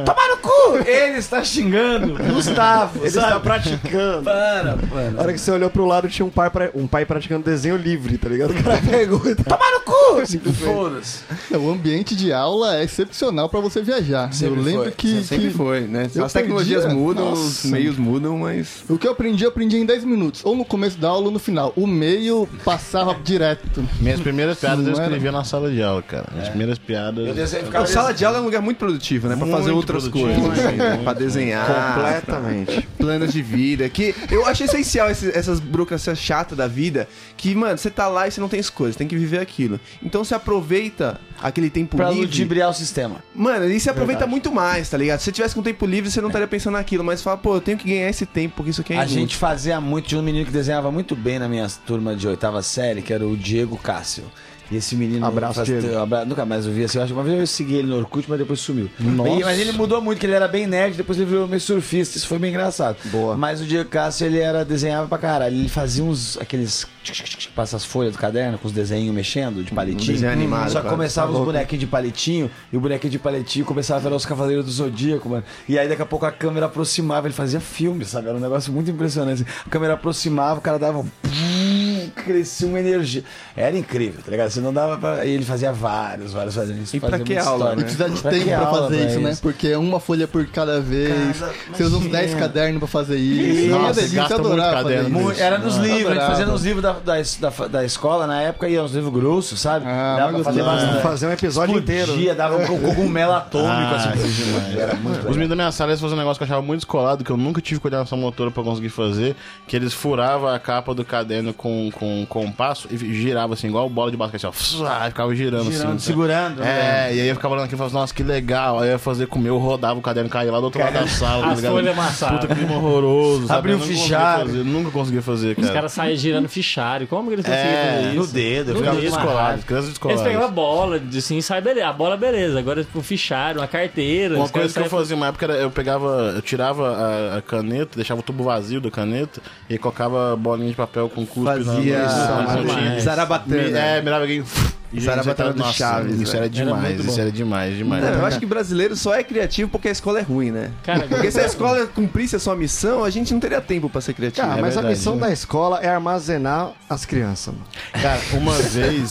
Tomar no cu! Ele está xingando. Gustavo,
Ele
sabe?
está praticando.
Para, mano.
Na hora que você olhou pro lado, tinha um pai, pra- um pai praticando desenho livre, tá ligado? O cara pegou e tá...
Tomar no cu! Foda-se.
É, O ambiente de aula é excepcional pra você viajar.
Sempre
eu lembro
foi,
que,
Sempre
que
foi, né?
Eu
as tecnologias
perdi, né?
mudam, os
Nossa.
meios mudam, mas.
o que eu aprendi, eu aprendi em 10 minutos. Ou no começo da aula ou no final. O meio passava direto.
Minhas primeiras piadas eu
Não era-
escrevia na sala de aula, cara. Minhas primeiras piadas.
Eu desenho
A
ficava
sala de aula é um lugar muito produtivo, né? Pra fazer
Muito
outras
produtivo,
coisas.
muito,
né?
muito.
pra desenhar.
Completamente.
planos de vida, que eu acho essencial esse- essas burocracias chatas da vida, que, mano, você tá lá e você não tem escolha, você tem que viver aquilo. Então você aproveita aquele tempo
pra
livre.
ludibriar o sistema.
Mano, e você aproveita muito mais, tá ligado? Se você tivesse com tempo livre, você não estaria pensando naquilo, mas você fala, pô, eu tenho que ganhar esse tempo, porque isso aqui é
A
inútil.
gente fazia muito, tinha um menino que desenhava muito bem na minha turma de oitava série, que era o Diego Cássio. E esse menino.
Abraço, Diego.
abra- Nunca mais eu vi assim. Eu acho que uma vez eu segui ele no Orkut, mas depois sumiu. E- mas ele mudou muito, que ele era bem nerd, depois ele virou meio surfista. Isso foi bem engraçado.
Boa.
Mas o Diego Cássio, ele era, desenhava pra caralho. Ele fazia uns. aqueles. tch, tch, tch, tch, Passa as folhas do caderno, com os desenhos mexendo, de palitinho.
desenho animado,
Só que
claro.
começava os bonequinhos de palitinho, e o bonequinho de palitinho começava a virar os Cavaleiros do Zodíaco, mano. E aí daqui a pouco a câmera aproximava, ele fazia filme, sabe? Era um negócio muito impressionante. assim. A câmera aproximava, o cara dava um. pum, Crescia uma energia. Era incrível, tá ligado? Você não dava pra. E ele fazia vários, vários fazendo isso.
E pra
fazia
que
muita
aula,
história.
né?
Precisa de
Pra
tempo
que
pra
aula
fazer
pra
isso, né?
isso?
Porque é uma folha por cada vez.
Cara,
Você usa uns 10 cadernos pra fazer isso.
Nossa,
Uma delícia,
gasta
eu adorava
muito
fazer
caderno
isso.
Mu- Era nos livros, a gente
adorava.
fazia nos livros da, da, es- da, fa- da escola, na época ia uns livros grossos, sabe?
Ah,
Dava
mas
pra fazer
gostoso.
bastante.
Fazer um episódio inteiro.
Dia, dava um cogumelo atômico,
Ah,
assim,
isso
assim.
demais.
Era muito
Os
legal.
meninos da minha sala eles faziam um negócio que eu achava muito descolado, que eu nunca tive coordenação motora pra conseguir fazer, que eles furavam a capa do caderno com, com um compasso e girava assim, igual bola de basquete, ó. Aí ficava girando, assim.
Girando,
sabe?
segurando,
É,
né?
e aí eu ficava olhando aqui e falava, nossa, que legal. Aí eu ia fazer comer, eu rodava o caderno, caía lá do outro lado da sala, tá
As
ligado?
folhas amassadas.
Puta clima horroroso. sabe?
Abriu
Eu nunca consegui
fichário.
fazer, Nunca consegui fazer, cara.
Os caras saem girando fichário. Como que eles conseguiam fazer
É,
isso?
No dedo,
No
Ficava
dedo,
descolado,
amarrado.
crianças
Eles
descoladas.
pegam a bola, assim, sai beleza. A bola, beleza. Agora, tipo, fichário, uma carteira.
Uma
os
coisa
caras
que eu
saem-
fazia uma época era eu pegava, eu tirava a, a caneta, deixava o tubo vazio da caneta e colocava bolinha de papel com cuspe
Fazia
na
Isso,
na-
demais.
Zarabatana.
Me- É, mirava alguém. e
Zarabatana
gente,
do
nossa,
Chaves,
Isso
velho.
era demais,
muito
isso
bom.
era demais, demais.
Não, eu acho que brasileiro só é criativo porque a escola é ruim, né?
Cara,
Porque se a escola cumprisse a sua missão, a gente não teria tempo pra ser criativo.
Cara, mas a
verdade,
missão
né?
da escola é armazenar as crianças, mano.
Cara, uma vez.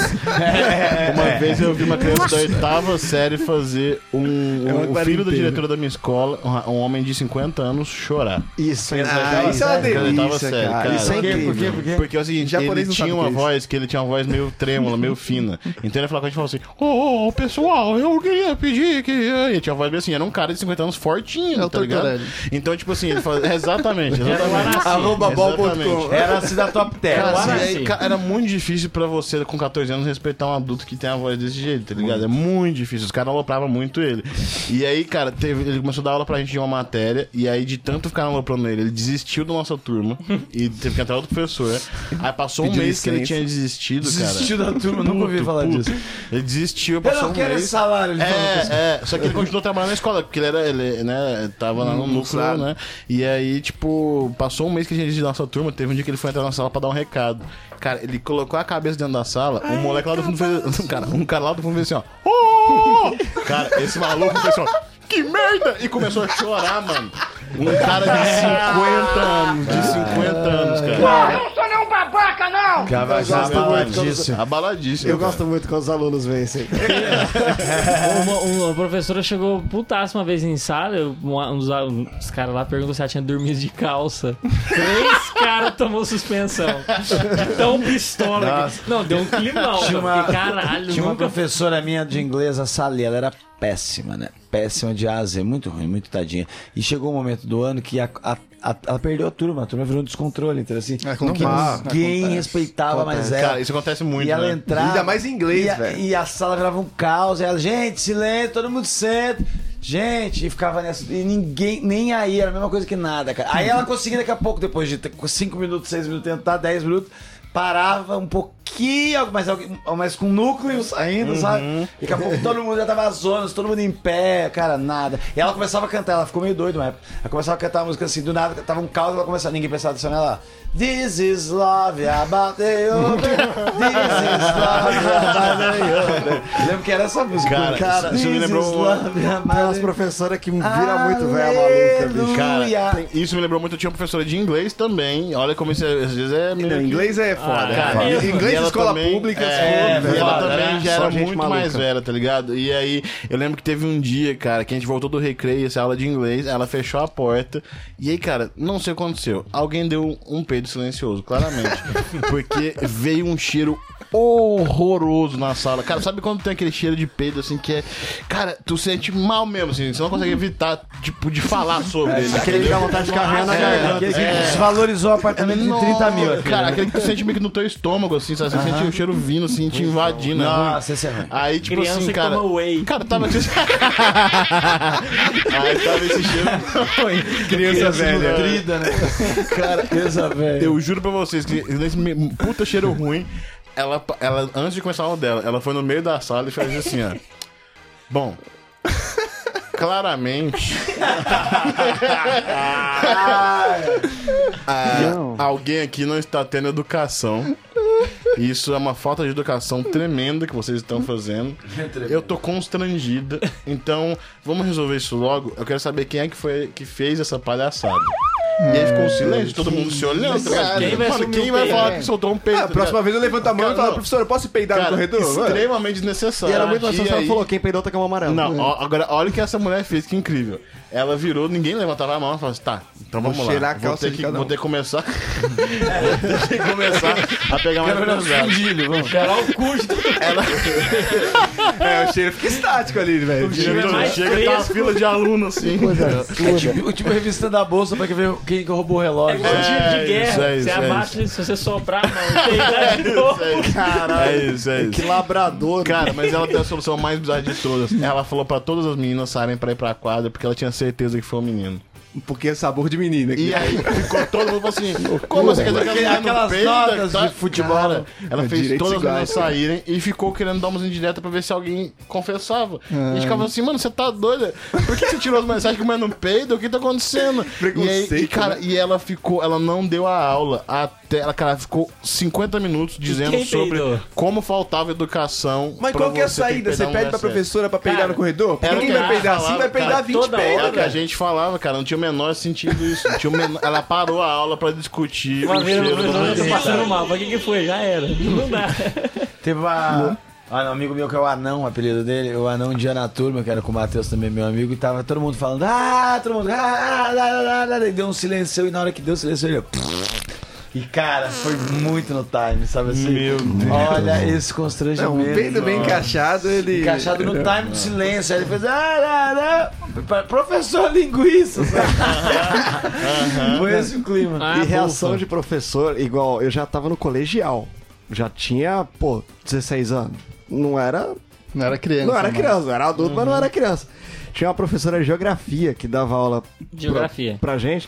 uma vez eu vi uma criança da oitava série fazer um.
É uma
um o filho da
quarentena.
diretora da minha escola, um- um homem de 50 anos, chorar.
Isso, hein?
Ah, isso é uma
cara, eu tava
delícia,
sério,
cara.
cara.
Isso é
Por
quê?
incrível.
Por quê? Por quê?
Porque é o seguinte,
Japonês
ele
não sabe
tinha
o
uma
que é
voz que ele tinha uma voz meio trêmula, meio fina. Então ele falava com a gente e falava assim: Ô, ô, ô, pessoal, eu queria pedir que. Ele tinha uma voz bem assim, era um cara de 50 anos fortinho,
É o
tá ligado?
Tortorelli.
Então, tipo assim, ele fazia. Exatamente,
Era um o
exatamente.
Araci.
Arroba bol.com.
Exatamente.
Era se da top 10.
Cara,
Araci.
assim, aí, ca- era muito difícil pra você, com 14 anos, respeitar um adulto que tem a voz desse jeito, tá ligado? É muito difícil. Os caras alopravam muito ele. E aí, cara, teve- ele começou a dar aula pra gente de uma matéria, e aí, de tanto ficar aloprando ele, ele desistiu da nossa turma e teve que entrar outro professor. Aí passou um
Pediu
mês que ele
licença.
tinha desistido, cara.
Desistiu da turma, nunca ouvi
Puto,
falar
puto.
disso.
Ele desistiu,
Eu
passou
não
um
quero
mês.
esse salário. Ele falou pra
É, é, só que ele continuou trabalhando na escola, porque ele era, ele, né, tava lá no núcleo,
claro.
né? E aí, tipo, passou um mês que a gente da nossa turma, teve um dia que ele foi entrar na sala pra dar um recado. Cara, ele colocou a cabeça dentro da sala, um moleque lá do fundo fez. Um cara, um cara lá do fundo fez assim, ó. "Oh!" Cara, esse maluco fez assim, ó. Que merda! E começou a chorar, mano. Um cara de 50 anos, de 50 anos, cara.
Já vai
gosto muito
faladíssimo.
Abaladíssimo.
Eu
cara.
gosto muito quando os alunos vencem.
É. Uma, uma professora chegou putaça uma vez em sala, eu- uma- um dos um, os caras lá perguntou se ela tinha dormido de calça. Três caras tomou suspensão. Tão pistola. que- Não, deu um climão.
Tinha
eu
uma,
fiquei, caralho,
tinha uma
nunca
professora minha de inglês, a Sally, ela era péssima, né? Péssima de asa, muito ruim, muito tadinha. E chegou um momento do ano que a- a- a- ela perdeu a turma, a turma virou um descontrole, então assim, que
normal,
ninguém
acontece.
respeitava mais ela.
Cara, isso É, ah, acontece muito,
e ela
né?
entrava.
Ainda mais em inglês,
e a-
velho.
E a sala virava um caos. e Ela, gente, silêncio, todo mundo senta. Gente, e ficava nessa. E ninguém, nem aí, era a mesma coisa que nada, cara. Aí ela conseguia daqui a pouco, depois de 5 minutos, 6 minutos, tentar 10 minutos, parava um pouquinho, mas, alguém- mas com um núcleos
Uhum.
ainda, sabe? E daqui a pouco todo mundo já tava zonas, todo mundo em pé, cara, nada. E ela começava a cantar, ela ficou meio doida uma época. Ela começava a cantar uma música assim, do nada, tava um caos, ela começava, ninguém prestava atenção nela. This is love about the open. This is love about the open. Lembro que era essa música.
Cara, isso me lembrou
is
um-
love
Tem umas
about the
professoras que viram muito velha maluca, bicho.
Cara,
Aleluia.
tem- isso me lembrou muito, eu tinha uma professora de inglês também. Olha como isso é, às vezes é meio
Não,
que-
inglês é
Ah,
foda.
cara,
cara.
mesmo.
Inglês,
E ela
escola
também-
pública,
é,
escola,
e ela
velho.
também já
Só
era
gente
muito
maluca.
mais velha, tá ligado? E aí, eu lembro que teve um dia, cara, que a gente voltou do recreio, essa aula de inglês, ela fechou a porta, e aí, cara, não sei o que aconteceu. Alguém deu um peido silencioso, claramente. porque veio um cheiro horroroso na sala. Cara, sabe quando tem aquele cheiro de peido, assim, que é... Cara, tu sente mal mesmo, assim, você não consegue evitar, tipo, de falar sobre ele.
É, Aquele que dá vontade de carregar
É.
na garganta.
Aquele que desvalorizou o apartamento É de 30 mil. aquele,
Cara,
né?
aquele que tu sente meio que no teu estômago, assim, sabe? Você sente o cheiro vindo, assim, te
né?
invadindo. é ruim.
Nossa, esse é ruim.
Aí, tipo
Criança
assim,
que
cara.
toma whey.
Cara, tava. Aí tava esse cheiro.
Criança velha.
Nutrida, né? Cara, criança velha.
Eu juro pra vocês que nesse me- puta cheiro ruim, ela, ela, antes de começar a aula dela, ela foi no meio da sala e fez assim, ó. Bom. Claramente, alguém aqui não está tendo educação. Isso é uma falta de educação tremenda que vocês estão fazendo. Eu tô constrangida. Então, vamos resolver isso logo. Eu quero saber quem é que foi que fez essa palhaçada. E aí ficou um silêncio, todo mundo se olhando. Cara,
Quem vai
Mano,
assumir
quem
o
vai
peito?
né?
falar que soltou um peito?
Ah, a próxima vez eu levanto a mão
Cara,
e falo,
não.
professor, eu posso peidar
Cara,
no corredor? Mano?
extremamente desnecessário.
E era muito mais
E
fácil ela
aí-
falou, quem peidou tá com a mão amarela.
não, ó, agora olha o que essa mulher fez, que incrível. Ela virou, ninguém levantava a mão, ela falou assim, tá, então vamos lá.
cheirar a calça
vou, ter
de
que,
cada um.
vou ter que começar. vou ter que
um
começar a pegar mais cuidado.
Vamos.
Geral o cu de todo
Ela,
É, o cheiro fica estático ali, velho.
cheiro é mais
Chega, tá uma
fresco.
fila de aluno assim.
É tipo, tipo revista da bolsa pra quem ver quem que roubou o
É
relógio. tipo
igual
É,
tiro de
isso,
guerra.
é isso,
você
é
abaixa, se você soprar, mano, tem lá de novo.
Caralho.
É isso, é isso.
Que labrador.
Cara, mas ela tem a solução mais bizarra de todas. Ela falou pra todas as meninas saírem pra ir pra quadra porque ela tinha certeza que foi um menino.
Porque é sabor de menina.
E
que
aí ficou todo mundo falou assim: como você quer dizer que tá ela
Aquelas notas de
futebol? ela
É
fez
direitos
todas as meninas
iguais, cara.
saírem e ficou querendo dar umas indiretas pra ver se alguém confessava. E a gente
Ah.
ficava assim: mano, você tá doida? Por que você tirou as mensagens que o mano peida? O que tá acontecendo? E, aí,
Preconceito, né?
e, cara, e ela ficou, ela não deu a aula até. Ela, cara, ficou 50 minutos dizendo
quem
sobre
peidou?
como faltava educação.
Mas
pra
qual que é a
você ter que
saída? Você
peidar um
pede
lugar
pra
certo.
professora pra peidar
Cara,
no corredor? Porque
era o
ninguém
que
vai
ela
peidar assim,
falava,
vai peidar
cara,
20
É
toda
o
peidas,
que a
cara.
gente falava, cara, não tinha o menor sentido isso. Não tinha o menor- Ela parou a aula pra discutir
Uma
o
vez eu
cheiro do
tô
banheiro.
passando mal. Pra que que foi? Já era. Não dá.
Teve uma. Ah, não, amigo meu que é o Anão, o apelido dele, o Anão de Ana Turma, que era com o Matheus também, meu amigo, e tava todo mundo falando, ah, todo mundo, ah, ah, ah, ah, ah, ah", e deu um silêncio, e na hora que deu o silêncio, ele. E cara, foi muito no time, sabe assim?
Meu Deus.
Olha esse
Não,
constrangimento.
um peido bem
mano.
encaixado, ele...
Encaixado no time do silêncio. Aí ele fez. Ah, ah, ah, pra- professor linguiça. sabe? Foi esse o clima.
Ah,
e reação
bufa.
de professor, igual, eu já tava no colegial. Já tinha, pô, 16 anos. Não era.
Não era criança.
Não era
mano.
criança, não era adulto, mas não era criança. Tinha uma professora de geografia que dava aula
Geografia.
pra gente.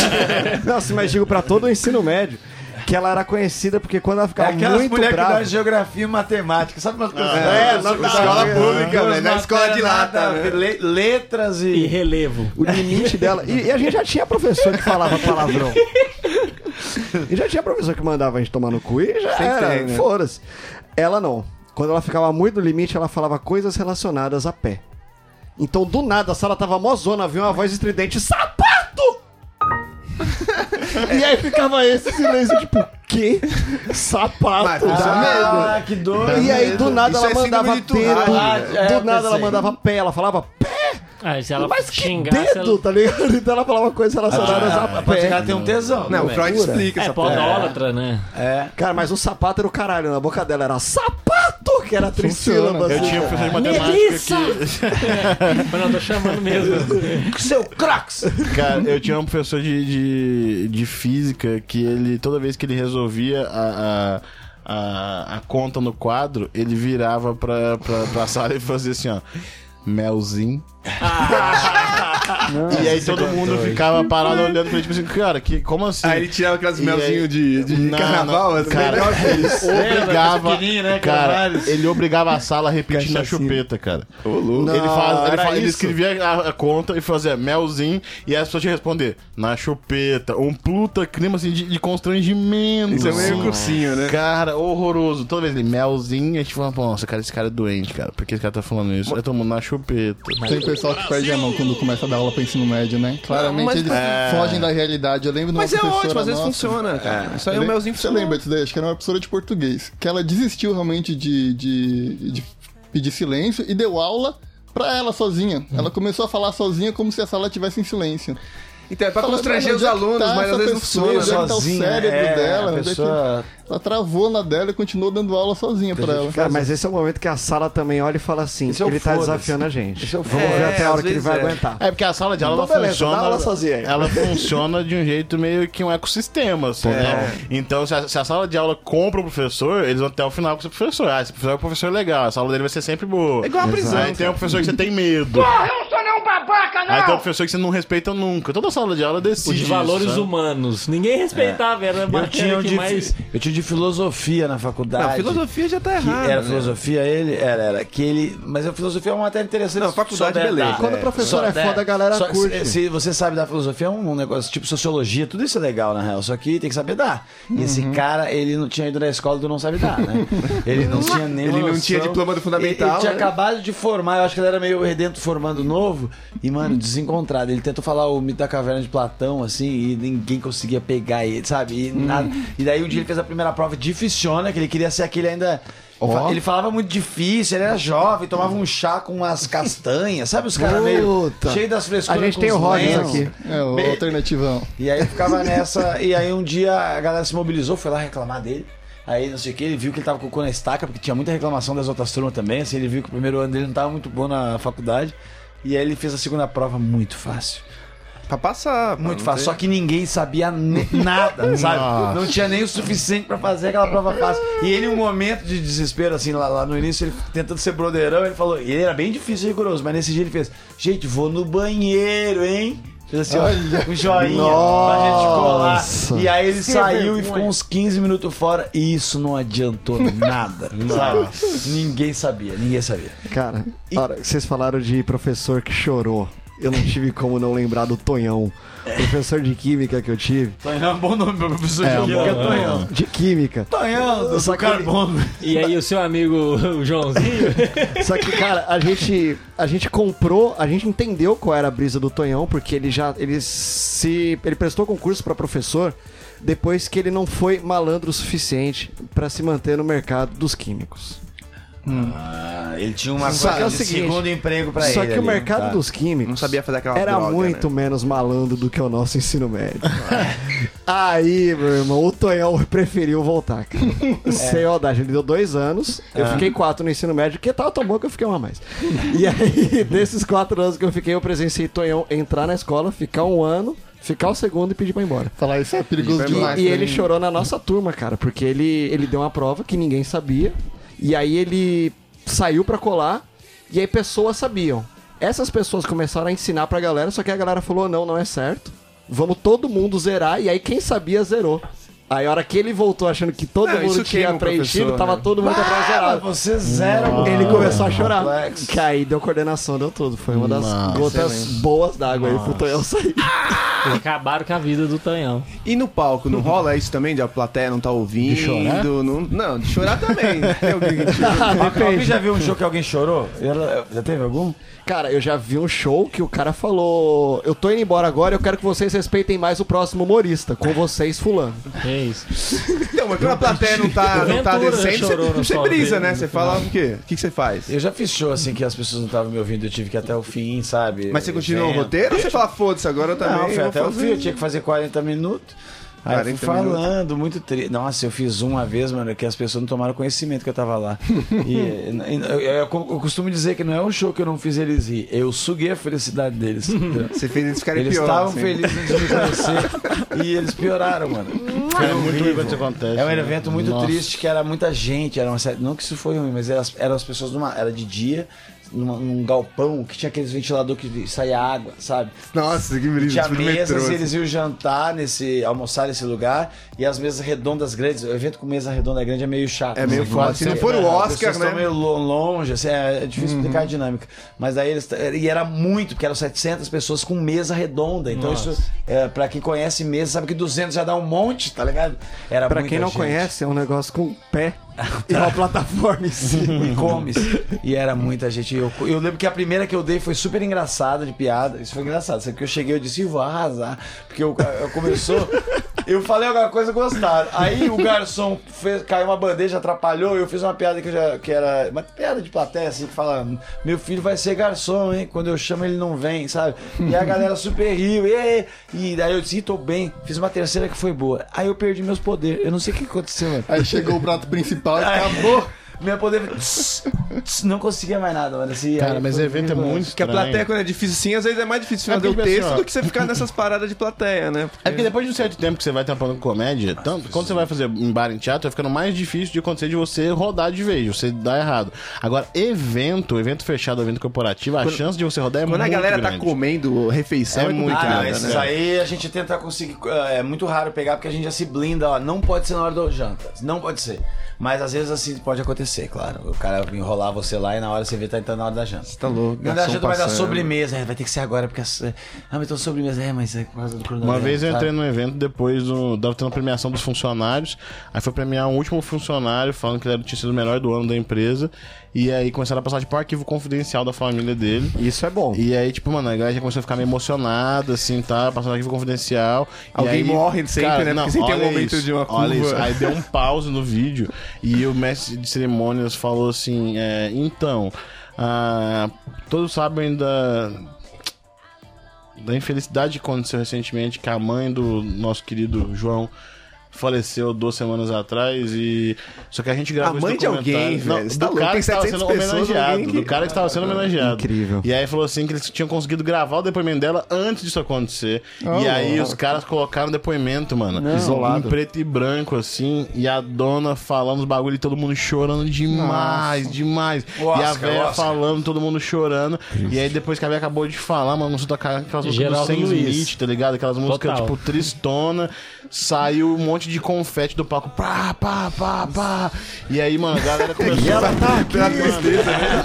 não, assim, mas digo pra todo o ensino médio. Que ela era conhecida porque quando ela
É
ficava
aquelas
muito
mulheres que
brava.
dão geografia e matemática. Sabe umas coisas?
é, na escola
pública,
Duas
velho, na escola de
matérias,
lata,
nada a ver, le- letras e.
E relevo.
O limite dela. E, e a gente já tinha professor que falava palavrão. E já tinha professor que mandava a gente tomar no cu e já
Sempre
era.
tem, né?
Foda-se. Ela não. Quando ela ficava muito no limite, ela falava coisas relacionadas a pé. Então, do nada, a sala tava mó zona, viu uma voz estridente: Sapato! e aí ficava esse silêncio, tipo, que?
Mas
Sapato?
dá medo.
Ah, que doido.
E aí, do nada,
Isso
ela
é síndrome
mandava
de
dedo.
Tourette,
né? É, eu
Do nada, ela
pensei.
mandava pé. Ela falava pé.
Ah, se ela
Mas que
xingasse,
dedo,
ela...
tá ligado? Então ela falava coisas relacionadas a
Pode
pé.
ficar tem um tesão.
Não, o
também.
Freud explica
É
essa porra.
podólatra, né?
É.
Cara, mas o sapato era o caralho. Na boca dela era sapato, que era assim. trissílabas.
Eu tinha um
assim,
professor de matemática
Mas não, eu tô chamando mesmo.
Seu Crocs!
que. Cara, eu tinha um professor de, de, de física que ele, toda vez que ele resolvia a. a a, a conta no quadro, ele virava pra, pra, pra sala e fazia assim, ó. Melzinho. e aí todo mundo ficava parado olhando pra ele, tipo assim, cara, que, como assim?
Aí ele tirava aqueles
E aí-
melzinhos de, de
Não,
carnaval,
não,
assim.
cara,
melhor que
ele
isso.
obrigava,
pequenininho, né,
cara,
Carvalhos?
ele obrigava a sala a repetir na
Cachacinha.
chupeta, cara.
assim. Ô, louco.
ele, faz, ele,
era
faz- ele
isso.
escrevia a, a conta e fazia melzinho, e as pessoas tinham que responder, na chupeta, um puta clima assim, de, de constrangimento.
Isso é meio
assim.
cursinho, né?
Cara, horroroso. Toda vez ele, melzinho, a gente fala, pô, nossa, cara, esse cara é doente, cara. Por que esse cara tá falando isso? Eu tomo na chupeta.
Tem pessoal que perde a mão quando começa a dar aula pra ensino médio, né? Claramente
Mas- é.
eles fogem da realidade. Eu lembro de uma
Mas é
professora
ótimo, às vezes
nossa-
funciona, cara. Isso aí
Eu
é o
lem-
melzinho
Você
funcionou.
lembra disso daí? Acho que era uma professora de português. Que ela desistiu realmente de, de, de pedir silêncio e deu aula pra ela sozinha.
Hum.
Ela começou a falar sozinha como se a sala estivesse em silêncio.
Então, é pra
Fala,
constranger
mano,
os
onde é que
alunos,
tá
mas às
essa
vezes não
pessoa?
funciona.
Onde é que tá o
Sozinha,
cérebro
é,
dela?
a
Onde é que-
pessoa-
Ela travou na dela e continuou dando aula sozinha pra ela.
Cara, mas esse é o momento que a sala também olha e fala assim:
Esse é o
ele tá
foda-se.
desafiando a gente.
Esse é o
Vamos ver
foda-se.
até
É,
a hora
às
que ele
vezes
vai
é.
aguentar.
É porque a sala de aula
Então,
ela
beleza,
funciona.
dá aula
ela-
sozinha aí.
Ela funciona de um jeito meio que um ecossistema, assim, né? Então, se a, se a sala de aula compra o professor, eles vão até o final com esse professor. Ah, esse professor é um professor legal, a sala dele vai ser sempre boa. É igual a prisão. Aí tem um professor que você tem medo.
Porra, eu não sou não babaca, não!
Aí tem um professor que você não respeita nunca. Toda sala de aula decide.
Os
isso,
valores
sabe?
humanos. Ninguém respeitava, era a
Eu tinha,
matéria
um
que
de,
mais...
eu tinha de filosofia na faculdade.
Não, filosofia já tá
Que
errada.
era
né?
filosofia, ele era, era que ele. Mas a filosofia é uma matéria interessante.
Não, faculdade,
souber
beleza.
dar.
Quando o
professor é
Souber.
foda, a galera
Só que se-
curte.
Se, você sabe da filosofia, é um, um negócio tipo sociologia, tudo isso é legal, na real. Só que tem que saber dar.
Uhum.
E esse cara, ele não tinha ido na escola do não sabe dar, né? Ele não tinha nem
Uhum. Ele não tinha diploma do fundamental,
Ele tinha
né?
acabado de formar, eu acho que ele era meio redento formando novo. E,
Uhum.
mano, desencontrado. Ele tentou falar o mito da caverna de Platão, assim, e ninguém conseguia pegar ele, sabe? E,
Uhum.
nada. e daí um dia ele fez a primeira prova dificiona, que ele queria ser aquele ainda. Fa- Ele falava muito difícil, ele era jovem, tomava um chá com umas castanhas, sabe? Os caras Tá meio
Puta.
cheio das frescuras.
A gente
com
tem
os
o Rogers
lentos.
aqui.
É, o alternativão.
E aí ficava nessa. E aí um dia a galera se mobilizou, foi lá reclamar dele. Aí não sei o que, ele viu que ele tava com o cu na estaca, porque tinha muita reclamação das outras turmas também. Assim, ele viu que o primeiro ano dele não tava muito bom na faculdade. E aí ele fez a segunda prova muito fácil.
Pra passar.
Muito
não tem-
fácil. Só que ninguém sabia ne- nada, sabe? Não tinha nem o suficiente pra fazer aquela prova fácil. E ele, um momento de desespero, assim, lá, lá no início, ele tentando ser broderão, ele falou. E ele era bem difícil e rigoroso, mas nesse dia ele fez: Gente, vou no banheiro, hein? Fez assim, ó, um joinha pra gente colar. E aí ele
é
saiu e ficou uns 15 minutos fora. E isso não adiantou nada. sabe? Ninguém sabia, ninguém sabia.
Cara, a hora que vocês falaram de professor que chorou. Eu não tive como não lembrar do Tonhão.
É.
Professor de química que eu tive.
Tonhão é um bom nome pra professor
É, um
química,
bom nome.
Tonhão.
De química.
Tonhão, do
Só que-
carbono.
E aí o seu amigo o Joãozinho
Só que, cara, a gente, a gente comprou, a gente entendeu qual era a brisa do Tonhão, porque ele já. Ele se. Ele prestou concurso pra professor depois que ele não foi malandro o suficiente pra se manter no mercado dos químicos.
Ah, ele tinha uma
Só
coisa
que é o
de
seguinte,
segundo emprego pra ele.
Só que o
ali,
mercado
tá?
dos químicos.
Não sabia fazer aquela
Era
droga,
muito
né?
menos malandro do que o nosso ensino médio. Aí, meu irmão, o Tonhão preferiu voltar, cara. É. Sem maldade. Ele deu dois anos,
É.
eu fiquei quatro no ensino médio, que tal tão bom que eu fiquei um a mais. E aí, desses quatro anos que eu fiquei, eu presenciei Tonhão entrar na escola, ficar um ano, ficar o segundo e pedir pra ir embora.
Falar isso é perigoso
E-
demais.
E
pra
ele
mim.
chorou na nossa turma, cara, porque ele, ele deu uma prova que ninguém sabia. E aí ele saiu pra colar, e aí pessoas sabiam. Essas pessoas começaram a ensinar pra galera, só que a galera falou: não, não é certo. Vamos todo mundo zerar, e aí quem sabia zerou. Aí a hora que ele voltou achando que todo
Não,
mundo
isso
tinha
queima o
preenchido,
professor,
tava
né? Ah,
todo mundo com a prova
Ah,
zerada.
você zero.
Ele começou a chorar.
Complexo.
Que aí deu coordenação, deu tudo. Foi uma das gotas boas d'água aí pro Tonhão sair.
acabaram com a vida do Tonhão.
E no palco, não rola isso também? De a plateia não tá ouvindo?
chorar?
Não, não, de chorar também. né? Tem alguém que chora?
Alguém já viu um show que alguém chorou? Ela- Já teve algum?
Cara, eu já vi um show que o cara falou: Eu tô indo embora agora, eu quero que vocês respeitem mais o próximo humorista. Com vocês, Fulano.
Que É isso.
Não, mas quando a plateia não tá, não tá
Ventura
decente,
chorou
você,
no
você
palco
brisa,
dele,
né?
no
Você
final.
fala o quê? O que que você faz?
Eu já fiz show assim que as pessoas não estavam me ouvindo, eu tive que ir até o fim, sabe?
Mas você continua o
Evento.
roteiro ou você fala, foda-se, agora eu também
Não, foi
vou
até o
fazer?
fim, eu tinha que fazer 40 minutos. Aí eu fui
40 minutos.
falando, muito triste. Nossa, eu fiz uma vez, mano, que as pessoas não tomaram conhecimento que eu tava lá. E, e- eu, eu costumo dizer que não é um show que eu não fiz eles rir, eu suguei a felicidade deles.
Você fez eles ficarem
Eles
pior.
estavam
assim.
felizes de me conhecer e eles pioraram, mano.
É muito ruim quando isso acontece.
É um
né?
evento muito
Nossa.
triste, que era muita gente, era uma série, não que isso foi ruim, mas eram as, eram as pessoas numa, era de dia, numa- num galpão que tinha aqueles ventilador que saía água, sabe?
Nossa, que brisa.
Tinha
tipo, metrô,
mesas,
assim.
eles iam jantar nesse, almoçar nesse lugar, e as mesas redondas grandes, o evento com mesa redonda grande é meio chato.
É meio
Você
foda.
pode
Se
ser-
não for o Oscar,
as pessoas
né? Uhum.
tão meio lo- longe, assim, é, é difícil explicar a dinâmica. Mas daí eles, e era muito, porque eram 700 pessoas com mesa redonda, então isso, é, pra quem conhece mesa, sabe que 200 já dá um monte, tá ligado? Era
Pra
muita
quem não
gente.
conhece, é um negócio com pé e uma plataforma em cima.
e comes. E era muita gente. Eu, eu lembro que a primeira que eu dei foi super engraçada de piada. Isso foi engraçado. Sabe que eu cheguei eu disse, "Ih, vou arrasar. Porque eu, eu começou. Eu falei alguma coisa gostaram. Aí o garçom fez, caiu uma bandeja, atrapalhou. Eu fiz uma piada que, eu já, que era. Uma piada de plateia, assim, que fala: Meu filho vai ser garçom, hein? Quando eu chamo, ele não vem, sabe? E a galera super riu. E, e daí eu disse: "Ih, tô bem. Fiz uma terceira que foi boa. Aí eu perdi meus poderes. Eu não sei o que aconteceu, mano.
Aí chegou o prato principal e acabou.
Acabou. Meu poder. Tss, tss, Não conseguia mais nada, mano. Assim,
Cara,
aí
mas
foi
evento é
bem
muito
longe.
Porque a
estranho.
plateia, quando é difícil assim, às vezes é mais difícil
É
fazer o
porque, assim,
texto
ó.
do que você ficar nessas paradas de plateia, né? Porque-
É porque depois de um certo tempo que você vai trampando com comédia,
Ah,
tanto, quando você vai fazer em bar em teatro, vai ficando mais difícil de acontecer de você rodar de vez, de você dar errado. Agora, evento, evento fechado, evento corporativo, a chance de você rodar é
Quando
muito
a galera
grande.
tá comendo refeição, é,
É muito
muito
Ah,
complicado,
complicado,
esses
né?
aí a gente tenta conseguir. É muito raro pegar porque a gente já se blinda, ó. Não pode ser na hora do janta. Não pode ser. Mas às vezes assim pode acontecer, claro. O cara enrolar você lá e na hora você vê tá entrando na hora da janta. Você
tá louco,
Na hora da
garçom
janta vai dar
passando.
sobremesa. É, vai ter que ser agora porque. as- Ah, mas tô sobremesa. É, mas é por causa do
Uma
coronavírus.
vez eu
sabe?
entrei num evento depois do. Tava tendo a premiação dos funcionários. Aí foi premiar um último funcionário falando que ele era- tinha sido o melhor do ano da empresa. E aí começaram a passar tipo o arquivo confidencial da família dele.
Isso é bom.
E aí, tipo, mano, a galera já começou a ficar meio emocionada, assim, tá? Passando arquivo confidencial. E
Alguém
aí-
morre sempre, né? Porque sempre tem um
olha
momento de uma
Olha
curva.
isso. Aí deu um pause no vídeo e o mestre de cerimônias falou assim: é, então, ah, todos sabem da. Da infelicidade que aconteceu recentemente, que a mãe do nosso querido João faleceu duas semanas atrás e. Só que a gente gravou
Ah,
esse
mande
documentário.
alguém, velho. Você tá
do
louco,
cara
tem
que tava
700
sendo
pessoas,
homenageado.
alguém que-
Do cara que estava sendo homenageado.
Incrível.
E aí falou assim que eles tinham conseguido gravar o depoimento dela antes disso acontecer. e aí os caras colocaram o depoimento, mano.
Isolado.
Em preto e branco, assim. E a dona falando os bagulho e todo mundo chorando demais, demais. e a
Oscar,
velha
Oscar.
falando, todo mundo chorando. E aí depois que a velha acabou de falar, mano, música tocar aquelas músicas do
Geraldo
Sam
Luiz.
Smith, tá ligado? Aquelas músicas,
Total.
tipo, tristona, saiu um monte de confete do palco. Pá, pá, pá, pá. E aí, mano, a galera começou e ela tá aqui, mano.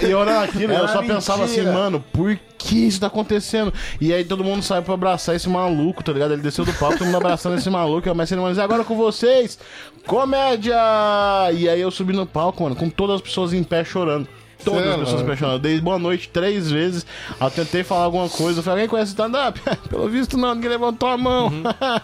E eu olhando aquilo, eu
Era
só pensava assim,
mentira.
mano, por que isso tá acontecendo? E aí todo mundo saiu pra abraçar esse maluco, tá ligado? Ele desceu do palco, todo mundo abraçando esse maluco. Eu comecei a dizer, agora com vocês, comédia! E aí eu subi no palco, mano, com todas as pessoas em pé chorando.
é
Todas as
Sério?
pessoas em pé chorando. Eu Dei boa noite três vezes. Eu tentei falar alguma coisa. Eu falei, alguém conhece stand-up? Pelo visto não, ninguém levantou a mão.
Uhum.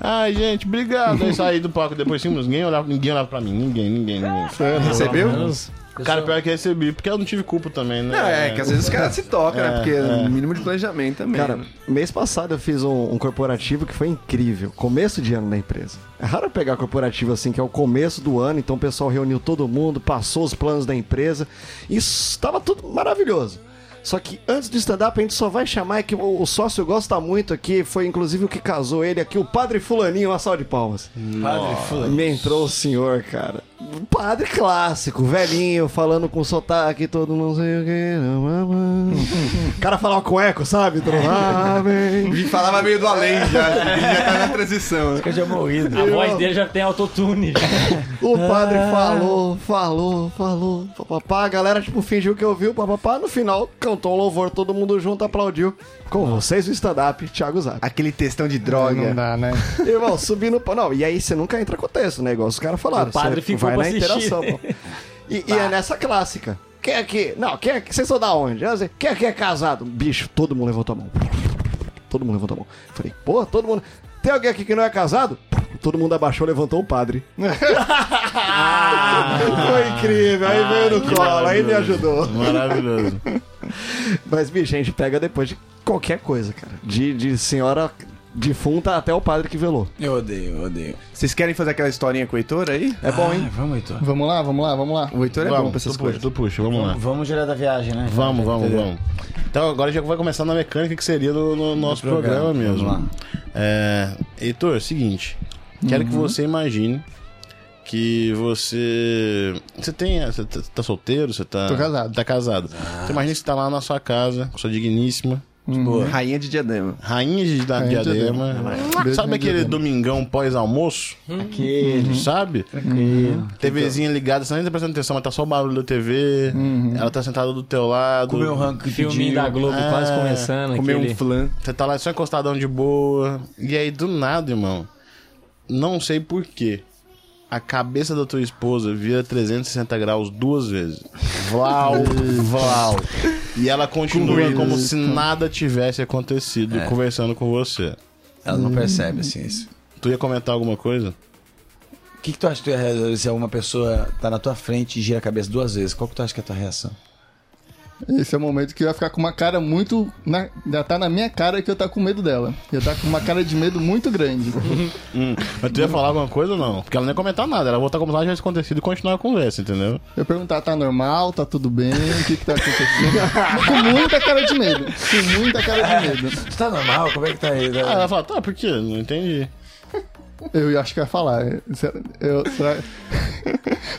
Ai, gente, obrigado. Aí saí do palco depois, sim, mas ninguém olhava, ninguém olhava pra mim. Ninguém, ninguém, ninguém.
é Recebeu?
Menos-
Cara, pior que recebi, porque eu não tive culpa também, né?
Não, é, que às vezes os caras se tocam, né? Porque é. mínimo de planejamento também.
Cara,
né?
mês passado eu fiz um, um corporativo que foi incrível. Começo de ano da empresa. É raro eu pegar corporativo assim, que é o começo do ano, então o pessoal reuniu todo mundo, passou os planos da empresa. E estava tudo maravilhoso. Só que antes do stand-up a gente só vai chamar é que o, o sócio gosta muito aqui, foi inclusive o que casou ele aqui, o padre fulaninho, uma salva de palmas.
Padre Fulano.
Me entrou o senhor, cara. Um Padre clássico, velhinho, falando com sotaque, todo mundo sei o que. não, não, não. O cara falava com eco, sabe? Ah, Todo mundo, Amém.
E falava meio do além já. Ele já tá na transição. né?
Eu já morrido.
A voz dele já tem autotune.
O padre
Ah.
falou, falou, falou, papapá. A galera, tipo, fingiu que ouviu, papapá. No final, cantou um louvor, todo mundo junto aplaudiu. Com vocês, o stand-up, Thiago Zap.
Aquele textão de droga.
Não dá, né?
Irmão, subindo no palco. Não, e aí você nunca entra contexto, né? Igual os caras falaram.
O padre
você
ficou
vai
pra
na
assistir.
interação, pô. E, e é nessa clássica. Quem é que. Não, quem é que. Vocês são da onde? Eu sei. Quem é que é casado? Bicho, todo mundo levantou a mão. Todo mundo levantou a mão. Falei, porra, todo mundo. Tem alguém aqui que não é casado? Todo mundo abaixou, levantou o padre.
Ah.
Foi incrível. Aí veio no colo, aí me ajudou.
Maravilhoso.
Mas, bicho, a gente pega depois de qualquer coisa, cara. De, de senhora defunta até o padre que velou.
Eu odeio, eu odeio.
Vocês querem fazer aquela historinha com o Heitor aí?
É bom, hein? vamos, Heitor.
Ah, Vamos lá, vamos lá, vamos lá.
O Heitor é bom
vamos,
pra essas
tu puxa,
coisas.
tu puxa, vamos lá.
Vamos direto da viagem, né?
Vamos, vamos,
Entendeu?
vamos. Então agora já vai começar na mecânica que seria no, no nosso programa,
programa,
mesmo.
vamos lá.
É, Heitor, seguinte. Quero
Uhum.
que você imagine que você. Você tem. Você tá, tá solteiro? Você tá.
Tô casado.
Tá casado.
Ah.
Então imagina que você tá lá na sua casa, com sua digníssima.
Rainha de diadema.
Rainha de da
Rainha de
é
diadema. Sabe aquele domingão pós-almoço?
Uhum. Aquele.
Sabe? TVzinha ligada, você nem tá prestando atenção, mas tá só o barulho da TV. Ela tá sentada do teu lado.
Comeu Uhum. o um rango que
Filminho
pediu.
da Globo quase
Ah,
começando.
Comer
aquele...
um flan.
Você tá lá só encostadão de boa. E aí, do nada, irmão. Não sei porquê. A cabeça da tua esposa vira 360 graus duas vezes. Vlau, vlau. E ela continua como se nada tivesse acontecido, conversando com você.
Ela não percebe, assim, isso.
Tu ia comentar alguma coisa?
O que, que tu acha que tu ia reagir se alguma pessoa tá na tua frente e gira a cabeça duas vezes? Qual que tu acha que é a tua reação?
Esse é o momento que vai ficar com uma cara muito. Na, já tá na minha cara que eu tá com medo dela. Eu tá com uma cara de medo muito grande.
Mas tu ia falar alguma coisa ou não? Porque ela não ia comentar nada. Ela ia voltar como se nada tivesse acontecido e continuar a conversa, entendeu?
Eu perguntar, tá normal? Tá tudo bem? O que que tá acontecendo? com muita cara de medo. Com muita cara de medo.
Tu tá normal? Como é que tá aí?
Ah, ela ia falar, tá, por quê? Não entendi.
Eu acho que vai falar. Você- eu- será-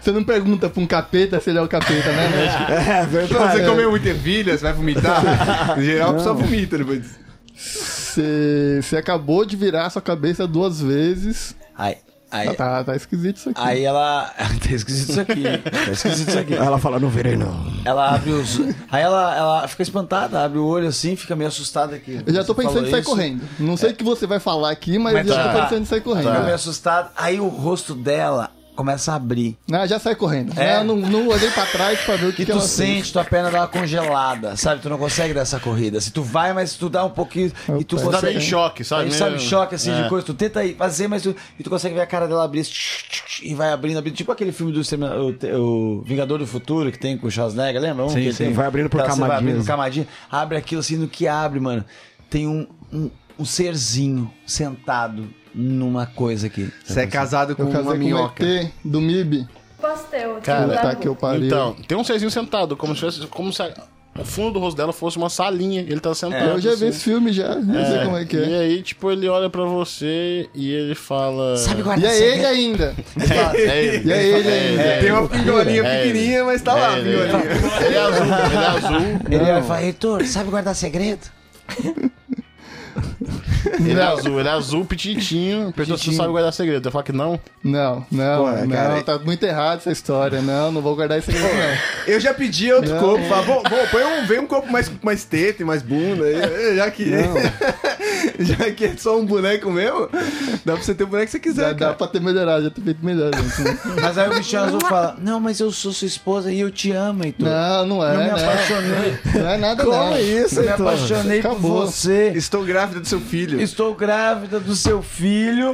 Você não pergunta pra um capeta se ele é o capeta, né?
É
Não,
verdade.
você comeu muita ervilha, você vai vomitar. Em geral, a pessoa vomita depois. disso.
Você, você acabou de virar sua cabeça duas vezes.
Aí, aí,
Ah, Tá, tá esquisito isso aqui.
aí ela. tá esquisito isso aqui. hein? Tá esquisito isso aqui.
Ela fala, não virei não.
Ela abre os. Aí ela, ela fica espantada, abre o olho assim, fica meio assustada aqui.
Eu já tô pensando em sair correndo. Não sei o que você vai falar aqui, mas, eu já tô pensando em sair correndo.
Fica meio assustada. Aí o rosto dela começa a abrir.
Ah, já sai correndo.
É.
Ah, não, não olhei pra trás pra ver o que,
E
que
tu
ela fez.
sente tua perna dar uma congelada, sabe? Tu não consegue dar essa corrida. Se tu vai, mas tu dá um pouquinho. E tu
Você
Tá
consegue.
meio em choque, sabe?
Aí,
Meio-
sabe, choque assim
É.
de coisa. Tu tenta ir fazer, mas tu, e tu consegue ver a cara dela abrir tch, tch, tch, e vai abrindo, abrindo. Tipo aquele filme do Extermina- o, te- o Vingador do Futuro que tem com o Schwarzenegger, lembra? Um que ele
sim.
tem-
Vai abrindo por
Tá, você Vai
camadinhas.
abrindo camadinha. Abre aquilo assim, no que abre, mano. Tem um, um, um serzinho sentado numa coisa aqui.
Você é casado com
Eu
uma
casei com o
minhoca.
ET do MIB.
Posso ter outro?
Cara,
Tá
Puta
bom.
que eu pariu.
Então, tem um serzinho sentado, como se, fosse, como se a- o fundo do rosto dela fosse uma salinha. Ele tá sentado.
eu já vi
assim.
esse filme já, não sei como é que
E
é.
aí, tipo, ele olha pra você e ele fala. Sabe
E é ele ainda.
é ele.
E é ele ainda.
É,
Tem uma pingolinha
É,
pequenininha, mas tá lá, a
É, ele.
pingolinha.
Ele é azul, ele é azul.
Ele vai falar, Heitor, sabe guardar segredo?
Ele é azul, ele é azul, pititinho. Perguntou se tu sabe guardar segredo. Eu falo que não.
Não, não,
Pô,
não,
cara,
tá muito errado essa história. Não, não vou guardar esse aqui, não.
Eu já pedi outro
Não.
corpo. Falava, bom, bom, põe um, vem um corpo mais, mais teta e mais bunda. eh, eh, Já que, já que é só um boneco mesmo, dá pra você ter o boneco que você
Dá,
quiser.
dá
cara.
pra ter melhorado, já ter feito melhor, gente.
Mas aí o bichinho azul fala, não, mas eu sou sua esposa e eu te amo, Heitor.
Não, não é,
eu me
não.
apaixonei.
Não é nada, não.
Eu me apaixonei
Acabou.
por você.
Estou grávida do seu filho.
Estou grávida do seu filho.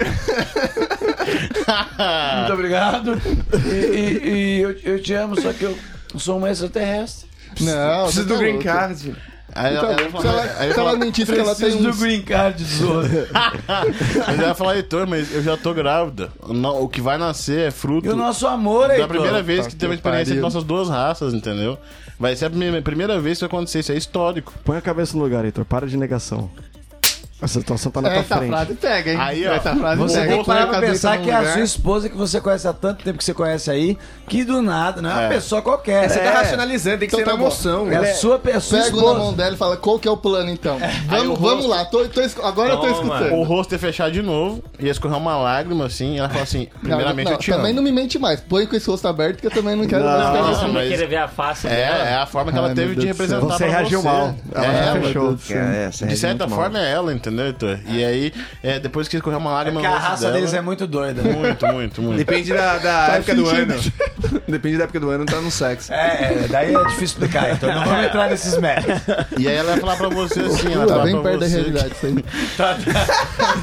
Muito obrigado. E, e- e eu, eu te amo, só que eu sou um extraterrestre.
Não,
Preciso
você tá
do green
louco.
card.
Aí
Então,
ela, ela
se
fala, aí
ela,
ele
se ela
fala,
mentisse que ela tem
Preciso
uns...
do green card, Zorro.
mas ela fala, Heitor, mas eu já tô grávida. Não, o que vai nascer é fruto.
E o nosso amor, Heitor.
Da primeira vez
Tá
que teve é a
que
experiência de
pariu.
nossas duas raças, entendeu? Vai ser a primeira, primeira vez que isso vai acontecer, isso é histórico.
Põe a cabeça no lugar, Heitor. Para de negação. Essa situação tá na tua
É Essa
frente.
frase pega, hein?
Aí, ó,
Essa frase
você
pega.
tem que
Para pra
Cabeça
pensar
no
que é a
lugar.
sua esposa que você conhece há tanto tempo que você conhece aí, que do nada, não é uma
É.
pessoa qualquer.
Você
é,
tá racionalizando, tem que
Então
ser
tá
na
bom.
emoção.
é a sua pessoa.
Pego na mão dela e fala, qual que é o plano, então?
Aí o
Vamos, vamos
rosto-
lá, tô, tô escu- agora eu tô
Toma.
escutando.
O rosto ia fechar de novo, ia escorrer uma lágrima assim, e ela fala assim:
Não,
primeiramente
não,
eu te
também
amo.
não me mente mais. Põe com esse rosto aberto que eu também não quero mais
Não,
ficar
não,
você não vai
mas-
querer ver a face
É,
dela.
é a forma que ela
Ai, meu
teve de
Deus do céu.
representar
Você
pra
reagiu
você.
mal. Ela
É,
já
meu
fechou.
Deus do céu.
de certa forma é ela, entendeu, Heitor? E aí, é, depois que escorreu uma lágrima
Porque
no
a
rosto
raça
dela,
deles é muito doida. né?
muito, muito, muito.
Depende da, da época do ano. Depende da época do ano, tá no sexo.
É, é, daí é difícil explicar, então não vamos entrar nesses métodos.
E aí ela ia falar pra você assim, ela
Tá
ia falar
bem
pra
perto da
você.
realidade isso aí.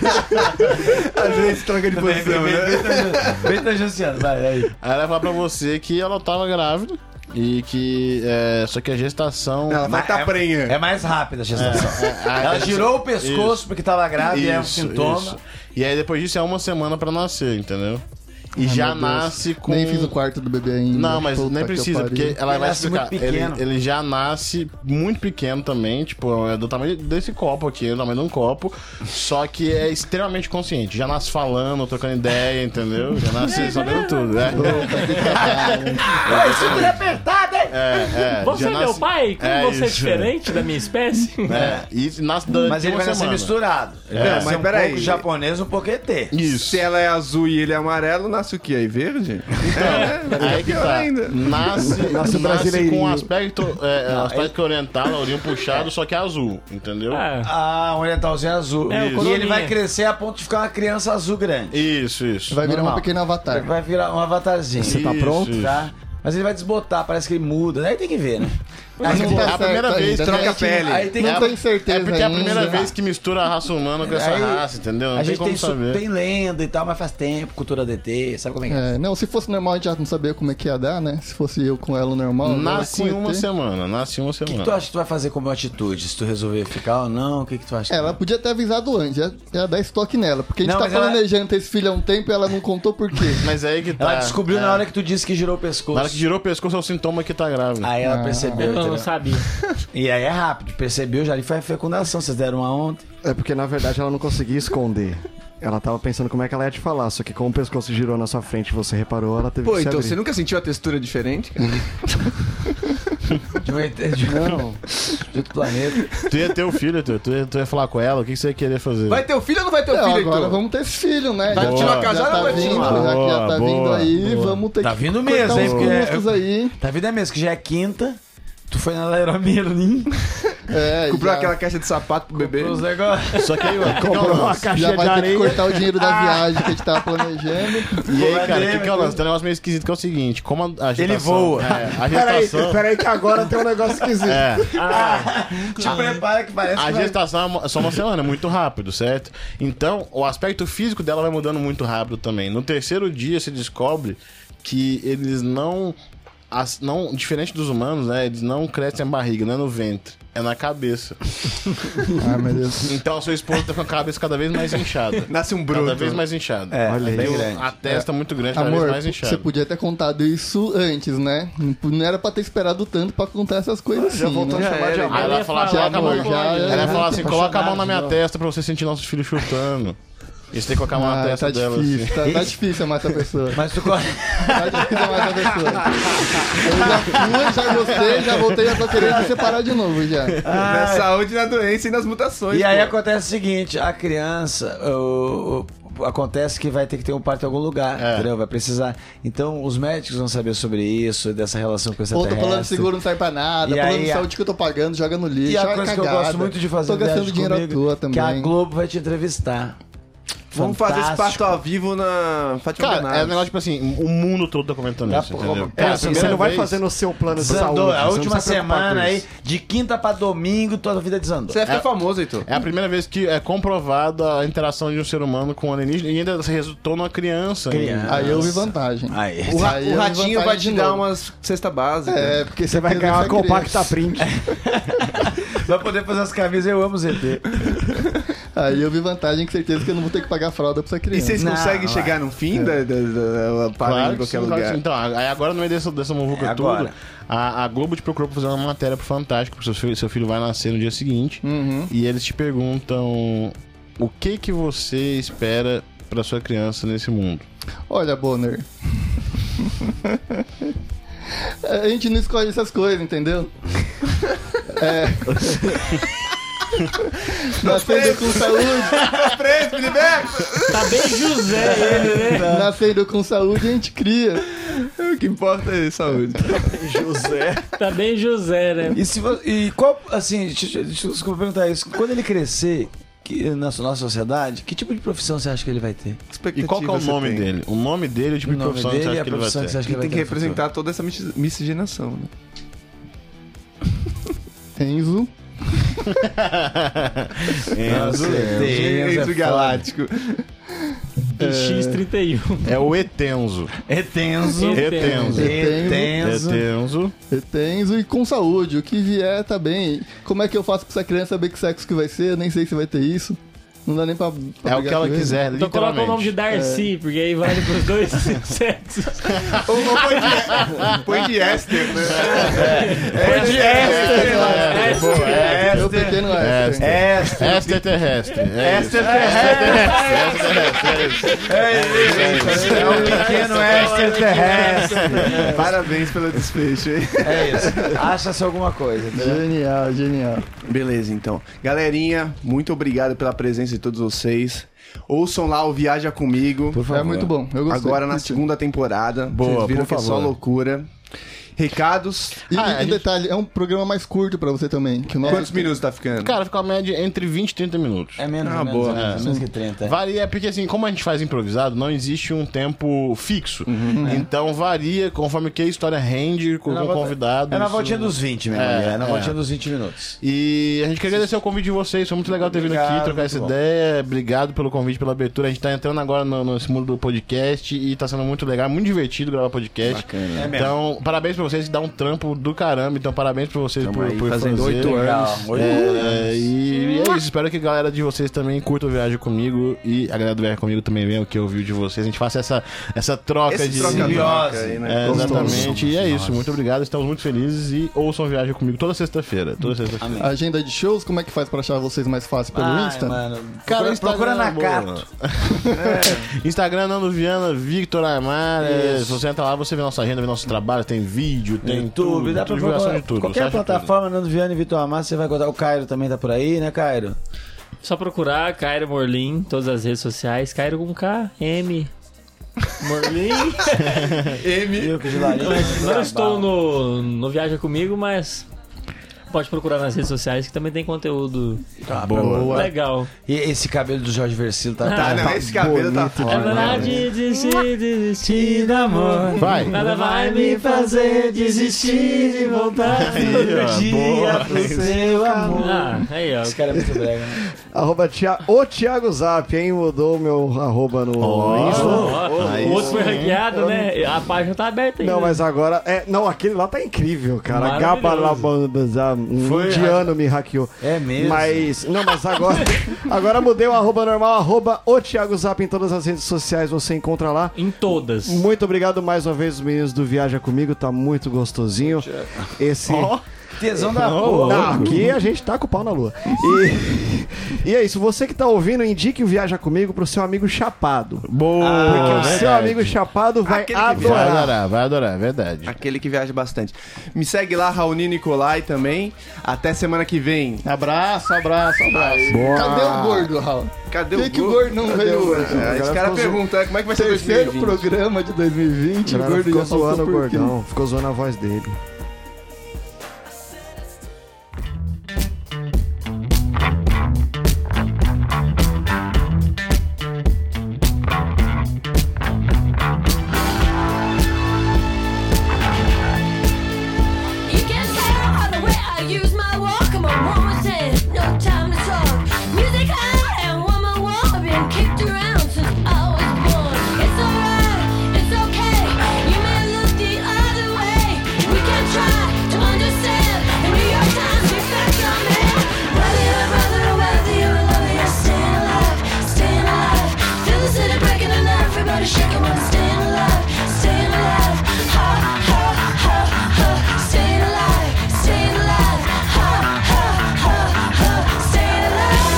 Às vezes troca de
Vem, vem,
posição,
vem,
né?
vem, tangenciando, vem tangenciando, vai, aí.
Aí ela ia falar pra você que ela tava grávida e que. é, só que a gestação.
Ela vai
Mas
tá
é-
prenha.
É mais rápida a gestação.
a-
Ela girou o pescoço
É. Isso.
porque tava grávida e é um
Isso,
sintoma.
isso. E aí depois disso é uma semana pra nascer, entendeu? E
meu
já
Deus.
nasce com.
Nem fiz o quarto do bebê ainda.
Não, mas
Puta
nem
que
precisa,
pariu.
porque ela
Ele
vai
nasce
explicar.
muito
Ele,
pequeno.
ele já nasce muito pequeno também, tipo, é do tamanho desse copo aqui, do tamanho de um copo. Só que é extremamente consciente. Já nasce falando, trocando ideia, entendeu? Já nasce sabendo tudo, né?
Ai, super apertado, hein?
É, é,
Você
já
é meu
nasce-
pai? Como
É
você é
isso.
diferente da minha espécie?
É, e nasce dando.
Mas ele vai nascer misturado. Ele vai
É,
nascer
mas
um
peraí.
pouco japonês, um pouco ET.
Se ela é azul e ele é amarelo, nasce o que aí? Verde? Então, né?
Aí que
Pior
tá.
ainda.
Nasce, nasce,
brasileirinho.
com aspecto, é, aspecto oriental, ourinho puxado, só que é azul, entendeu?
Ah,
Ah, um orientalzinho azul.
É, o
e ele
coroninha.
vai crescer a ponto de ficar uma criança azul grande.
Isso, isso.
Vai virar
Normal.
um pequeno avatar.
Vai virar um avatarzinho.
Você tá
Isso,
pronto?
isso. Tá. Mas ele vai desbotar, parece que ele muda. Daí tem que ver, né?
Mas
É a primeira
certo
vez,
ainda,
troca
né?
a pele.
Aí tem que
a-
Não tem certeza
É porque é a
ainda.
primeira vez que mistura a raça humana com essa
Aí,
raça, entendeu? Não
a
tem
gente
como
tem, su-
saber.
tem lenda e tal, mas faz tempo, cultura DT, sabe como é que é?
É, não, se fosse normal a gente já não sabia como é que ia dar, né? Se fosse eu com ela normal.
Nasce
ela
em
com
uma
ET.
semana, nasce em uma
O que,
semana.
que tu acha que tu vai fazer como atitude? Se tu resolver ficar ou não, o que, que tu acha?
Ela podia ter avisado antes, ia, ia dar estoque nela. Porque a gente
Não,
tá
mas ela-
planejando ter esse filho há um tempo e ela não contou por quê.
Mas aí que tá.
Ela descobriu
é,
na hora que tu disse que girou o pescoço.
na hora que girou o pescoço é o sintoma que tá grávida.
Aí ela percebeu. entendeu?
eu não sabia.
E aí é rápido, percebeu, já ali foi a fecundação, vocês deram uma ontem.
É porque na verdade ela não conseguia esconder. Ela tava pensando como é que ela ia te falar, só que como o pescoço girou na sua frente e você reparou, ela teve
Pô,
que se
então
abrir.
você nunca sentiu a textura diferente? cara?
De um ET, de um
Não,
de outro planeta.
Tu ia ter o filho, tu, tu, ia, tu ia falar com ela, o que, que você ia querer fazer?
Vai ter o filho ou não vai ter o
Não,
filho,
agora
Heitor?
vamos ter esse filho, né?
Vai
Já-
continuar
já
casado
tá
ou vai
vindo,
continuar?
Já que já tá
Boa,
vindo
boa,
aí,
boa.
vamos ter
Tá
que
vindo
cortar
mesmo, hein?
uns
Porque-
custos aí.
Tá vendo é mesmo que já é quinta, tu foi na Leroy Merlin,
É,
Comprou
já-
aquela caixa de sapato pro bebê?
os negócios.
Só que aí, ó, que que é o
comprou uma
lance?
Já
caixinha de
vai ter que
areia.
cortar o dinheiro da viagem que a gente tava planejando.
E aí,
Boa
cara, o
ideia,
que, que é o
mas-
lance? Tem um negócio meio esquisito que é o seguinte: como a agitação.
Ele voa.
É, a gestação.
que agora tem um negócio esquisito.
É,
Te prepara que parece
a
que vai-
gestação é uma- só uma semana, é muito rápido, certo? Então, o aspecto físico dela vai mudando muito rápido também. No terceiro dia se descobre que eles não as- não, diferente dos humanos, né? Eles não crescem a barriga, não é no ventre. É na cabeça.
Ah, meu Deus.
Então a sua esposa tá com a cabeça cada vez mais inchada.
Nasce um
Cada
bruto.
vez mais inchada. um,
É,
Olha
é bem
aí.
grande.
A testa muito grande, cada
Amor,
vez mais inchada.
você podia ter contado isso antes, né? Não- Não era pra ter esperado tanto pra contar essas coisas
Já
assim,
voltou
né?
a chamar de
Aí
amor.
ela assim, ia falar,
Já,
coloca a mão
amor, já-
Ela ia
já
falar
tem
assim, coloca a mão na minha testa pra você sentir nossos filhos chutando. E você tem que colocar a mão na
Ah,
testa
tá
dela.
difícil,
assim.
tá, tá difícil amar essa pessoa.
Mas tu corre.
Tá difícil amar essa pessoa. Eu já fui, já gostei, já voltei, já tô querendo me separar de novo já.
Na saúde, na doença Ah. e nas mutações.
E aí
pô.
acontece o seguinte, a criança, o- o- acontece que vai ter que ter um parto em algum lugar,
É.
entendeu? Vai precisar. Então os médicos vão saber sobre isso, dessa relação com essa
Ou tô falando de seguro não sai pra nada,
E
plano
aí,
de
a-
saúde que eu tô pagando, joga no lixo.
E a
é uma
coisa que eu
cagada.
gosto muito de fazer
Tô gastando
viagem
dinheiro à
comigo,
toa
Que é a
também.
Globo vai te entrevistar.
Vamos fazer esse
Fantástico.
parto ao vivo na Fátima
Cara,
Bernardes.
é um negócio, tipo assim, o mundo todo tá comentando
Tá,
isso,
pô,
entendeu?
é,
Pela
você
primeira
Você não vai
vez,
fazer no seu plano de saúde.
Desandou, é a
você não
última
precisa preocupar com
semana aí,
isso.
de quinta pra domingo, toda a vida desandou.
Você vai ficar famoso, Heitor.
É a primeira vez que é comprovada a interação de um ser humano com um alienígena e ainda resultou numa criança. né?
Criança.
Aí eu vi vantagem.
Aí.
O, ra-
Aí
o
eu
ratinho
vantagem
vai
de
te dar
novo.
umas cesta básica.
É, porque
Você vai ganhar uma compacta print.
Vai poder fazer as camisas, eu amo ZT.
Aí eu vi vantagem, com certeza que eu não vou ter que pagar fralda pra essa
E
criança.
vocês
Não,
conseguem
vai.
chegar no fim da, da, da, da parada
Claro
em
que
qualquer
sim, claro que
lugar?
sim. Então, aí agora no meio dessa, dessa muvuca
É
tudo,
agora.
a, a Globo te procurou pra fazer uma matéria pro Fantástico, porque seu filho, seu filho vai nascer no dia seguinte.
Uhum.
E eles te perguntam o que que você espera pra sua criança nesse mundo.
Olha, Bonner. A gente não escolhe essas coisas, entendeu? É. Nascendo com saúde,
Preso, me liberta!
Tá bem José ele, né?
nascendo com saúde, a gente cria.
O que importa é saúde.
Tá bem José, né?
E, se vo- e qual, assim, deixa, deixa- desculpa perguntar isso. Quando ele crescer que- na so- nossa sociedade, que tipo de profissão você acha que ele vai ter?
E qual que é o nome dele? O nome dele e o tipo
O
de
nome
profissão que você
dele e
acha
a
que ele vai
profissão que
ter.
você acha
Que
que ele vai
tem
ter?
que
no futuro?
representar toda essa mis- miscigenação, né?
Enzo.
Enzo, Enzo,
Enzo
é
Galáctico.
E X31.
É o Etenzo.
foda. Etenzo.
Etenzo.
Etenzo.
Etenzo.
Tenso e com saúde, o que vier tá bem. Como é que eu faço pra essa criança saber que sexo que vai ser? Eu nem sei se vai ter isso. Não dá nem pra. pra
É o
brigar
que ela
com ele.
quiser,
Então coloca o nome de
literalmente. É.
Darcy, porque aí vale pros dois sexos.
Ou ou põe de- põe de Esther, né? É, de
Esther,
né?
é, boa, é.
Meu pequeno
É,
Esther.
Esta.
Esta é terrestre. É isso.
É o pequeno extraterrestre.
Parabéns pelo desfecho, hein?
É isso. Acha-se alguma coisa. entendeu?
Genial, genial.
Beleza, então. Galerinha, muito obrigado pela presença de todos vocês. Ouçam lá o Viaja Comigo.
É muito bom. Eu gostei.
Agora na
Curti.
segunda temporada.
Boa,
Vocês viram
por
que é só
favor.
loucura. Recados.
E, e
Ah, a gente- É.
detalhe, é um programa mais curto pra você também. Que o nosso...
Quantos minutos tá ficando?
Cara, fica uma média entre 20 e 30 minutos.
É menos,
Ah,
menos,
boa.
menos, menos que É, 30.
Varia, porque assim, como a gente faz improvisado, não existe um tempo fixo. Então varia conforme que a história rende com
É na
o
volta-
convidado.
É na voltinha dos 20, meu
É,
amigo. É na
é.
voltinha dos 20 minutos.
E a gente quer agradecer o convite de vocês. Foi muito legal ter vindo
Obrigado,
aqui, trocar
muito
essa
bom.
ideia. Obrigado pelo convite, pela abertura. A gente tá entrando agora no, nesse mundo do podcast e tá sendo muito legal, muito divertido gravar podcast.
É mesmo.
Então, parabéns pra vocês, que dá um trampo do caramba. Então, parabéns pra vocês por,
aí
por
fazendo
fazer.
oito
Legal. Oito
É, e, e é isso, espero que a galera de vocês também curta o Viagem Comigo e a galera do Viagem Comigo também venha o que ouviu de vocês. A gente faça essa, essa troca
Esse
de.
troca-troca aí, né?
É, exatamente, e é isso. Muito obrigado, estamos muito felizes e ouçam Viagem Comigo toda sexta-feira. Toda sexta-feira.
Agenda de shows, como é que faz pra achar vocês mais fácil pelo
Ai,
Insta?
mano.
Cara,
procura, procura na
Instagram,
Cato.
É. Instagram Nando Viana, Victor Aymar. é,
Isso.
Se você entra lá, você vê nossa agenda, vê nosso trabalho, tem vídeo, tem
YouTube,
tudo,
dá pra
divulgação
procurar
de tudo. você
Qualquer
acha tudo.
plataforma, Nando Viana e Vitor Amar, você vai encontrar. O Cairo também tá por aí, né, Cairo?
Só procurar Cairo Morlin, todas as redes sociais. Cairo com K, M. Morlin.
Eu que de Larissa.
Não estou no, no Viaja Comigo, mas pode procurar nas redes sociais que também tem conteúdo
Tá
boa.
legal.
E esse cabelo do Jorge Versilo
Ah,
tá.
Tá, não, esse cabelo tá
É
foda.
hora de desistir, desistir do amor.
Vai.
Nada vai me fazer desistir de voltar todo dia.
Dia pro seu amor.
Ah, aí ó.
Esse cara é muito brega, né?
Arroba Thia- o Thiago Zap, hein? Mudou meu arroba no Insta.
Ó, o outro foi hackeado, né? A página tá aberta ainda.
Não, mas agora. É, não, aquele lá tá incrível, cara.
Maravilhoso.
Gabalabandazá, um
Foi,
indiano me hackeou.
É mesmo?
Mas. Não, mas agora. agora mudei o arroba normal, arroba o Thiago Zap em todas as redes sociais, você encontra lá.
Em todas.
Muito obrigado mais uma vez, os meninos do Viaja Comigo, tá muito gostosinho. Esse.
Tesão da
Não,
porra.
aqui a gente tá com o pau na lua. E, e é isso, você que tá ouvindo, indique o Viaja Comigo pro seu amigo chapado.
Boa!
Ah, Porque o seu
verdade.
amigo chapado vai
Aquele que
Vai
adorar.
adorar, vai adorar, é verdade.
né? Aquele que viaja bastante. Me segue lá, Raoni Nicolai também. Até semana que vem.
Abraço, abraço, abraço. Cadê o gordo, Raul?
Cadê
Por que, que o gordo não veio hoje?
É, esse cara pergunta, né, como é que vai ser
Terceiro
2020?
programa de 2020,
O
o
cara
gordo
ficou
já falou
zoando o
por quê.
gordão, ficou zoando a voz dele.
You can tell by the way I use my walk. I'm a woman says no time to talk. Music high and woman wall. I've been kicked around since I was born. It's alright, it's okay. You may look the other way. We can try to understand. In New York Times, we fact on it. Whether you're a brother or whether you're a lover, you're staying alive, staying alive. Feel the city breaking and everybody shaking. We're staying alive, staying alive. Ha ha ha ha. Staying alive, staying alive. Ha ha ha ha. Staying alive.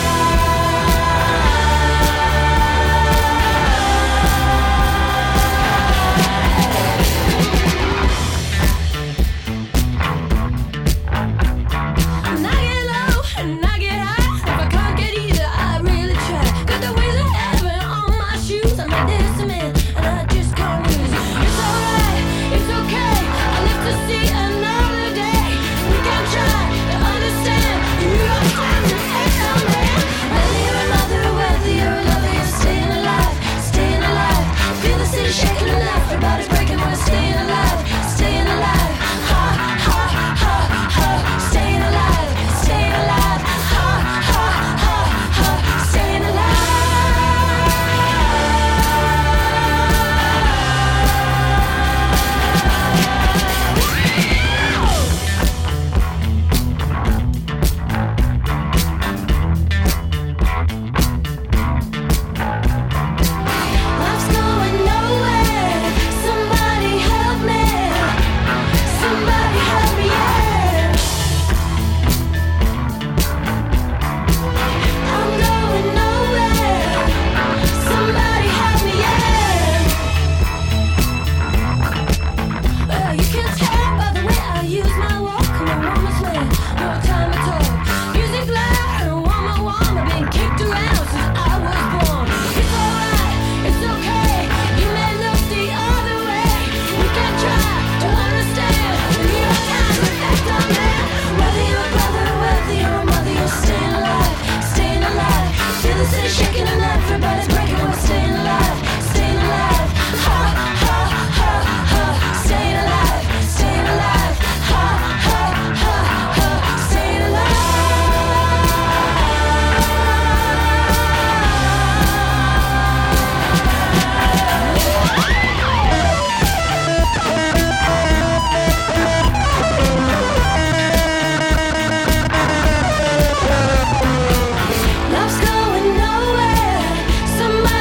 And I get low and I get high. If I can't get either, I really try. Got the wings of heaven on my shoes. I'm a dancing man and I just can't lose. It's alright, it's okay. I live to see another day. We can try to understand. You don't have to hate on me. Whether you're another, whether you're a lover, you're staying alive, staying alive. Feel the city shaking and everybody's breaking. We're staying alive, staying alive. Ha ha ha ha. Staying alive, staying alive. Ha ha ha ha. Staying alive. Life's going nowhere. Somebody help me. Somebody help me. I'm going nowhere. Somebody help me. Well, you can tell by the way I use my walk. I'm a woman's man, no time at all. Music loud and warm, my warm. I've been kicked around since I was born. It's alright, it's okay. You may look the other way. We can try to understand. When you have time, reflect on it. Whether you're a brother or whether you're a mother, you're staying alive, staying alive. Feel the city shaking and everybody's breaking. We're staying alive, staying alive. Ha ha ha ha. Staying alive, staying alive. Ha ha ha ha. Staying alive. Love's going nowhere.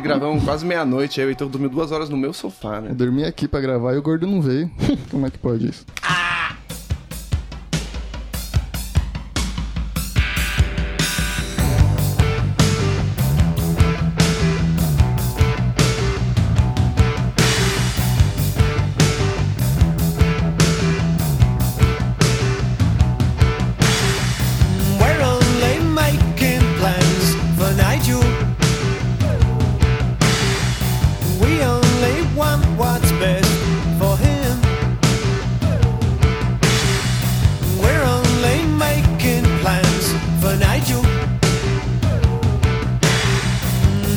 gravamos quase meia-noite, aí o Heitor dormiu duas horas no meu sofá, né?
Eu dormi aqui pra gravar e o gordo não veio. Como é que pode isso?
We're only making plans for Nigel. We only want what's best for him. We're only making plans for Nigel.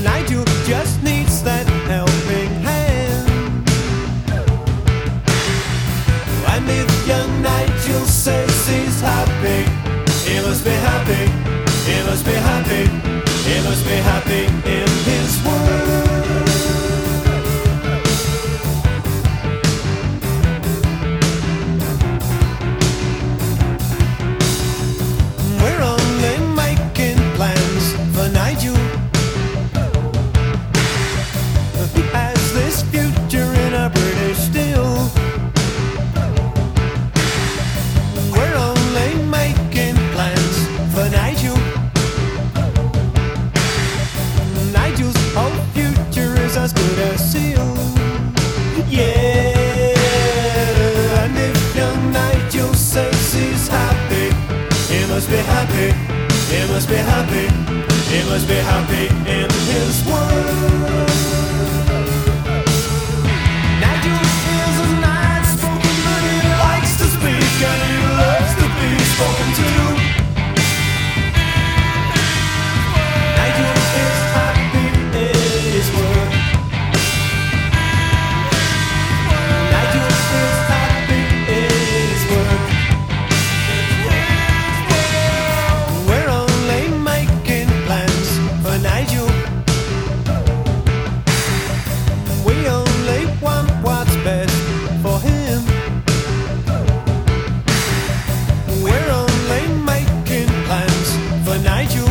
Nigel just needs that helping hand. And if young Nigel says he's happy, he must be happy, he must be happy, he must be happy in his world. We're only making plans for Nigel. He has this future in a British deal. We're only making plans for Nigel. Nigel's whole future is as good as sealed. Yeah, and if young Nigel says he's happy, he must be happy. He must be happy. He must be happy in his world. Nigel is a nice spoken, but he likes to speak and he loves to be spoken to. Nigel is happy in his world. Nigel is happy in his world. We're only making plans for Nigel. We only want what's best for him. We're only making plans for Nigel.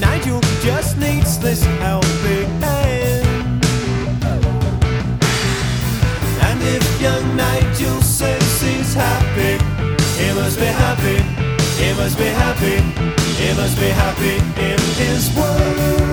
Nigel just needs this helping hand. And if young Nigel says he's happy, he must be happy. He must be happy. He must be happy in his world.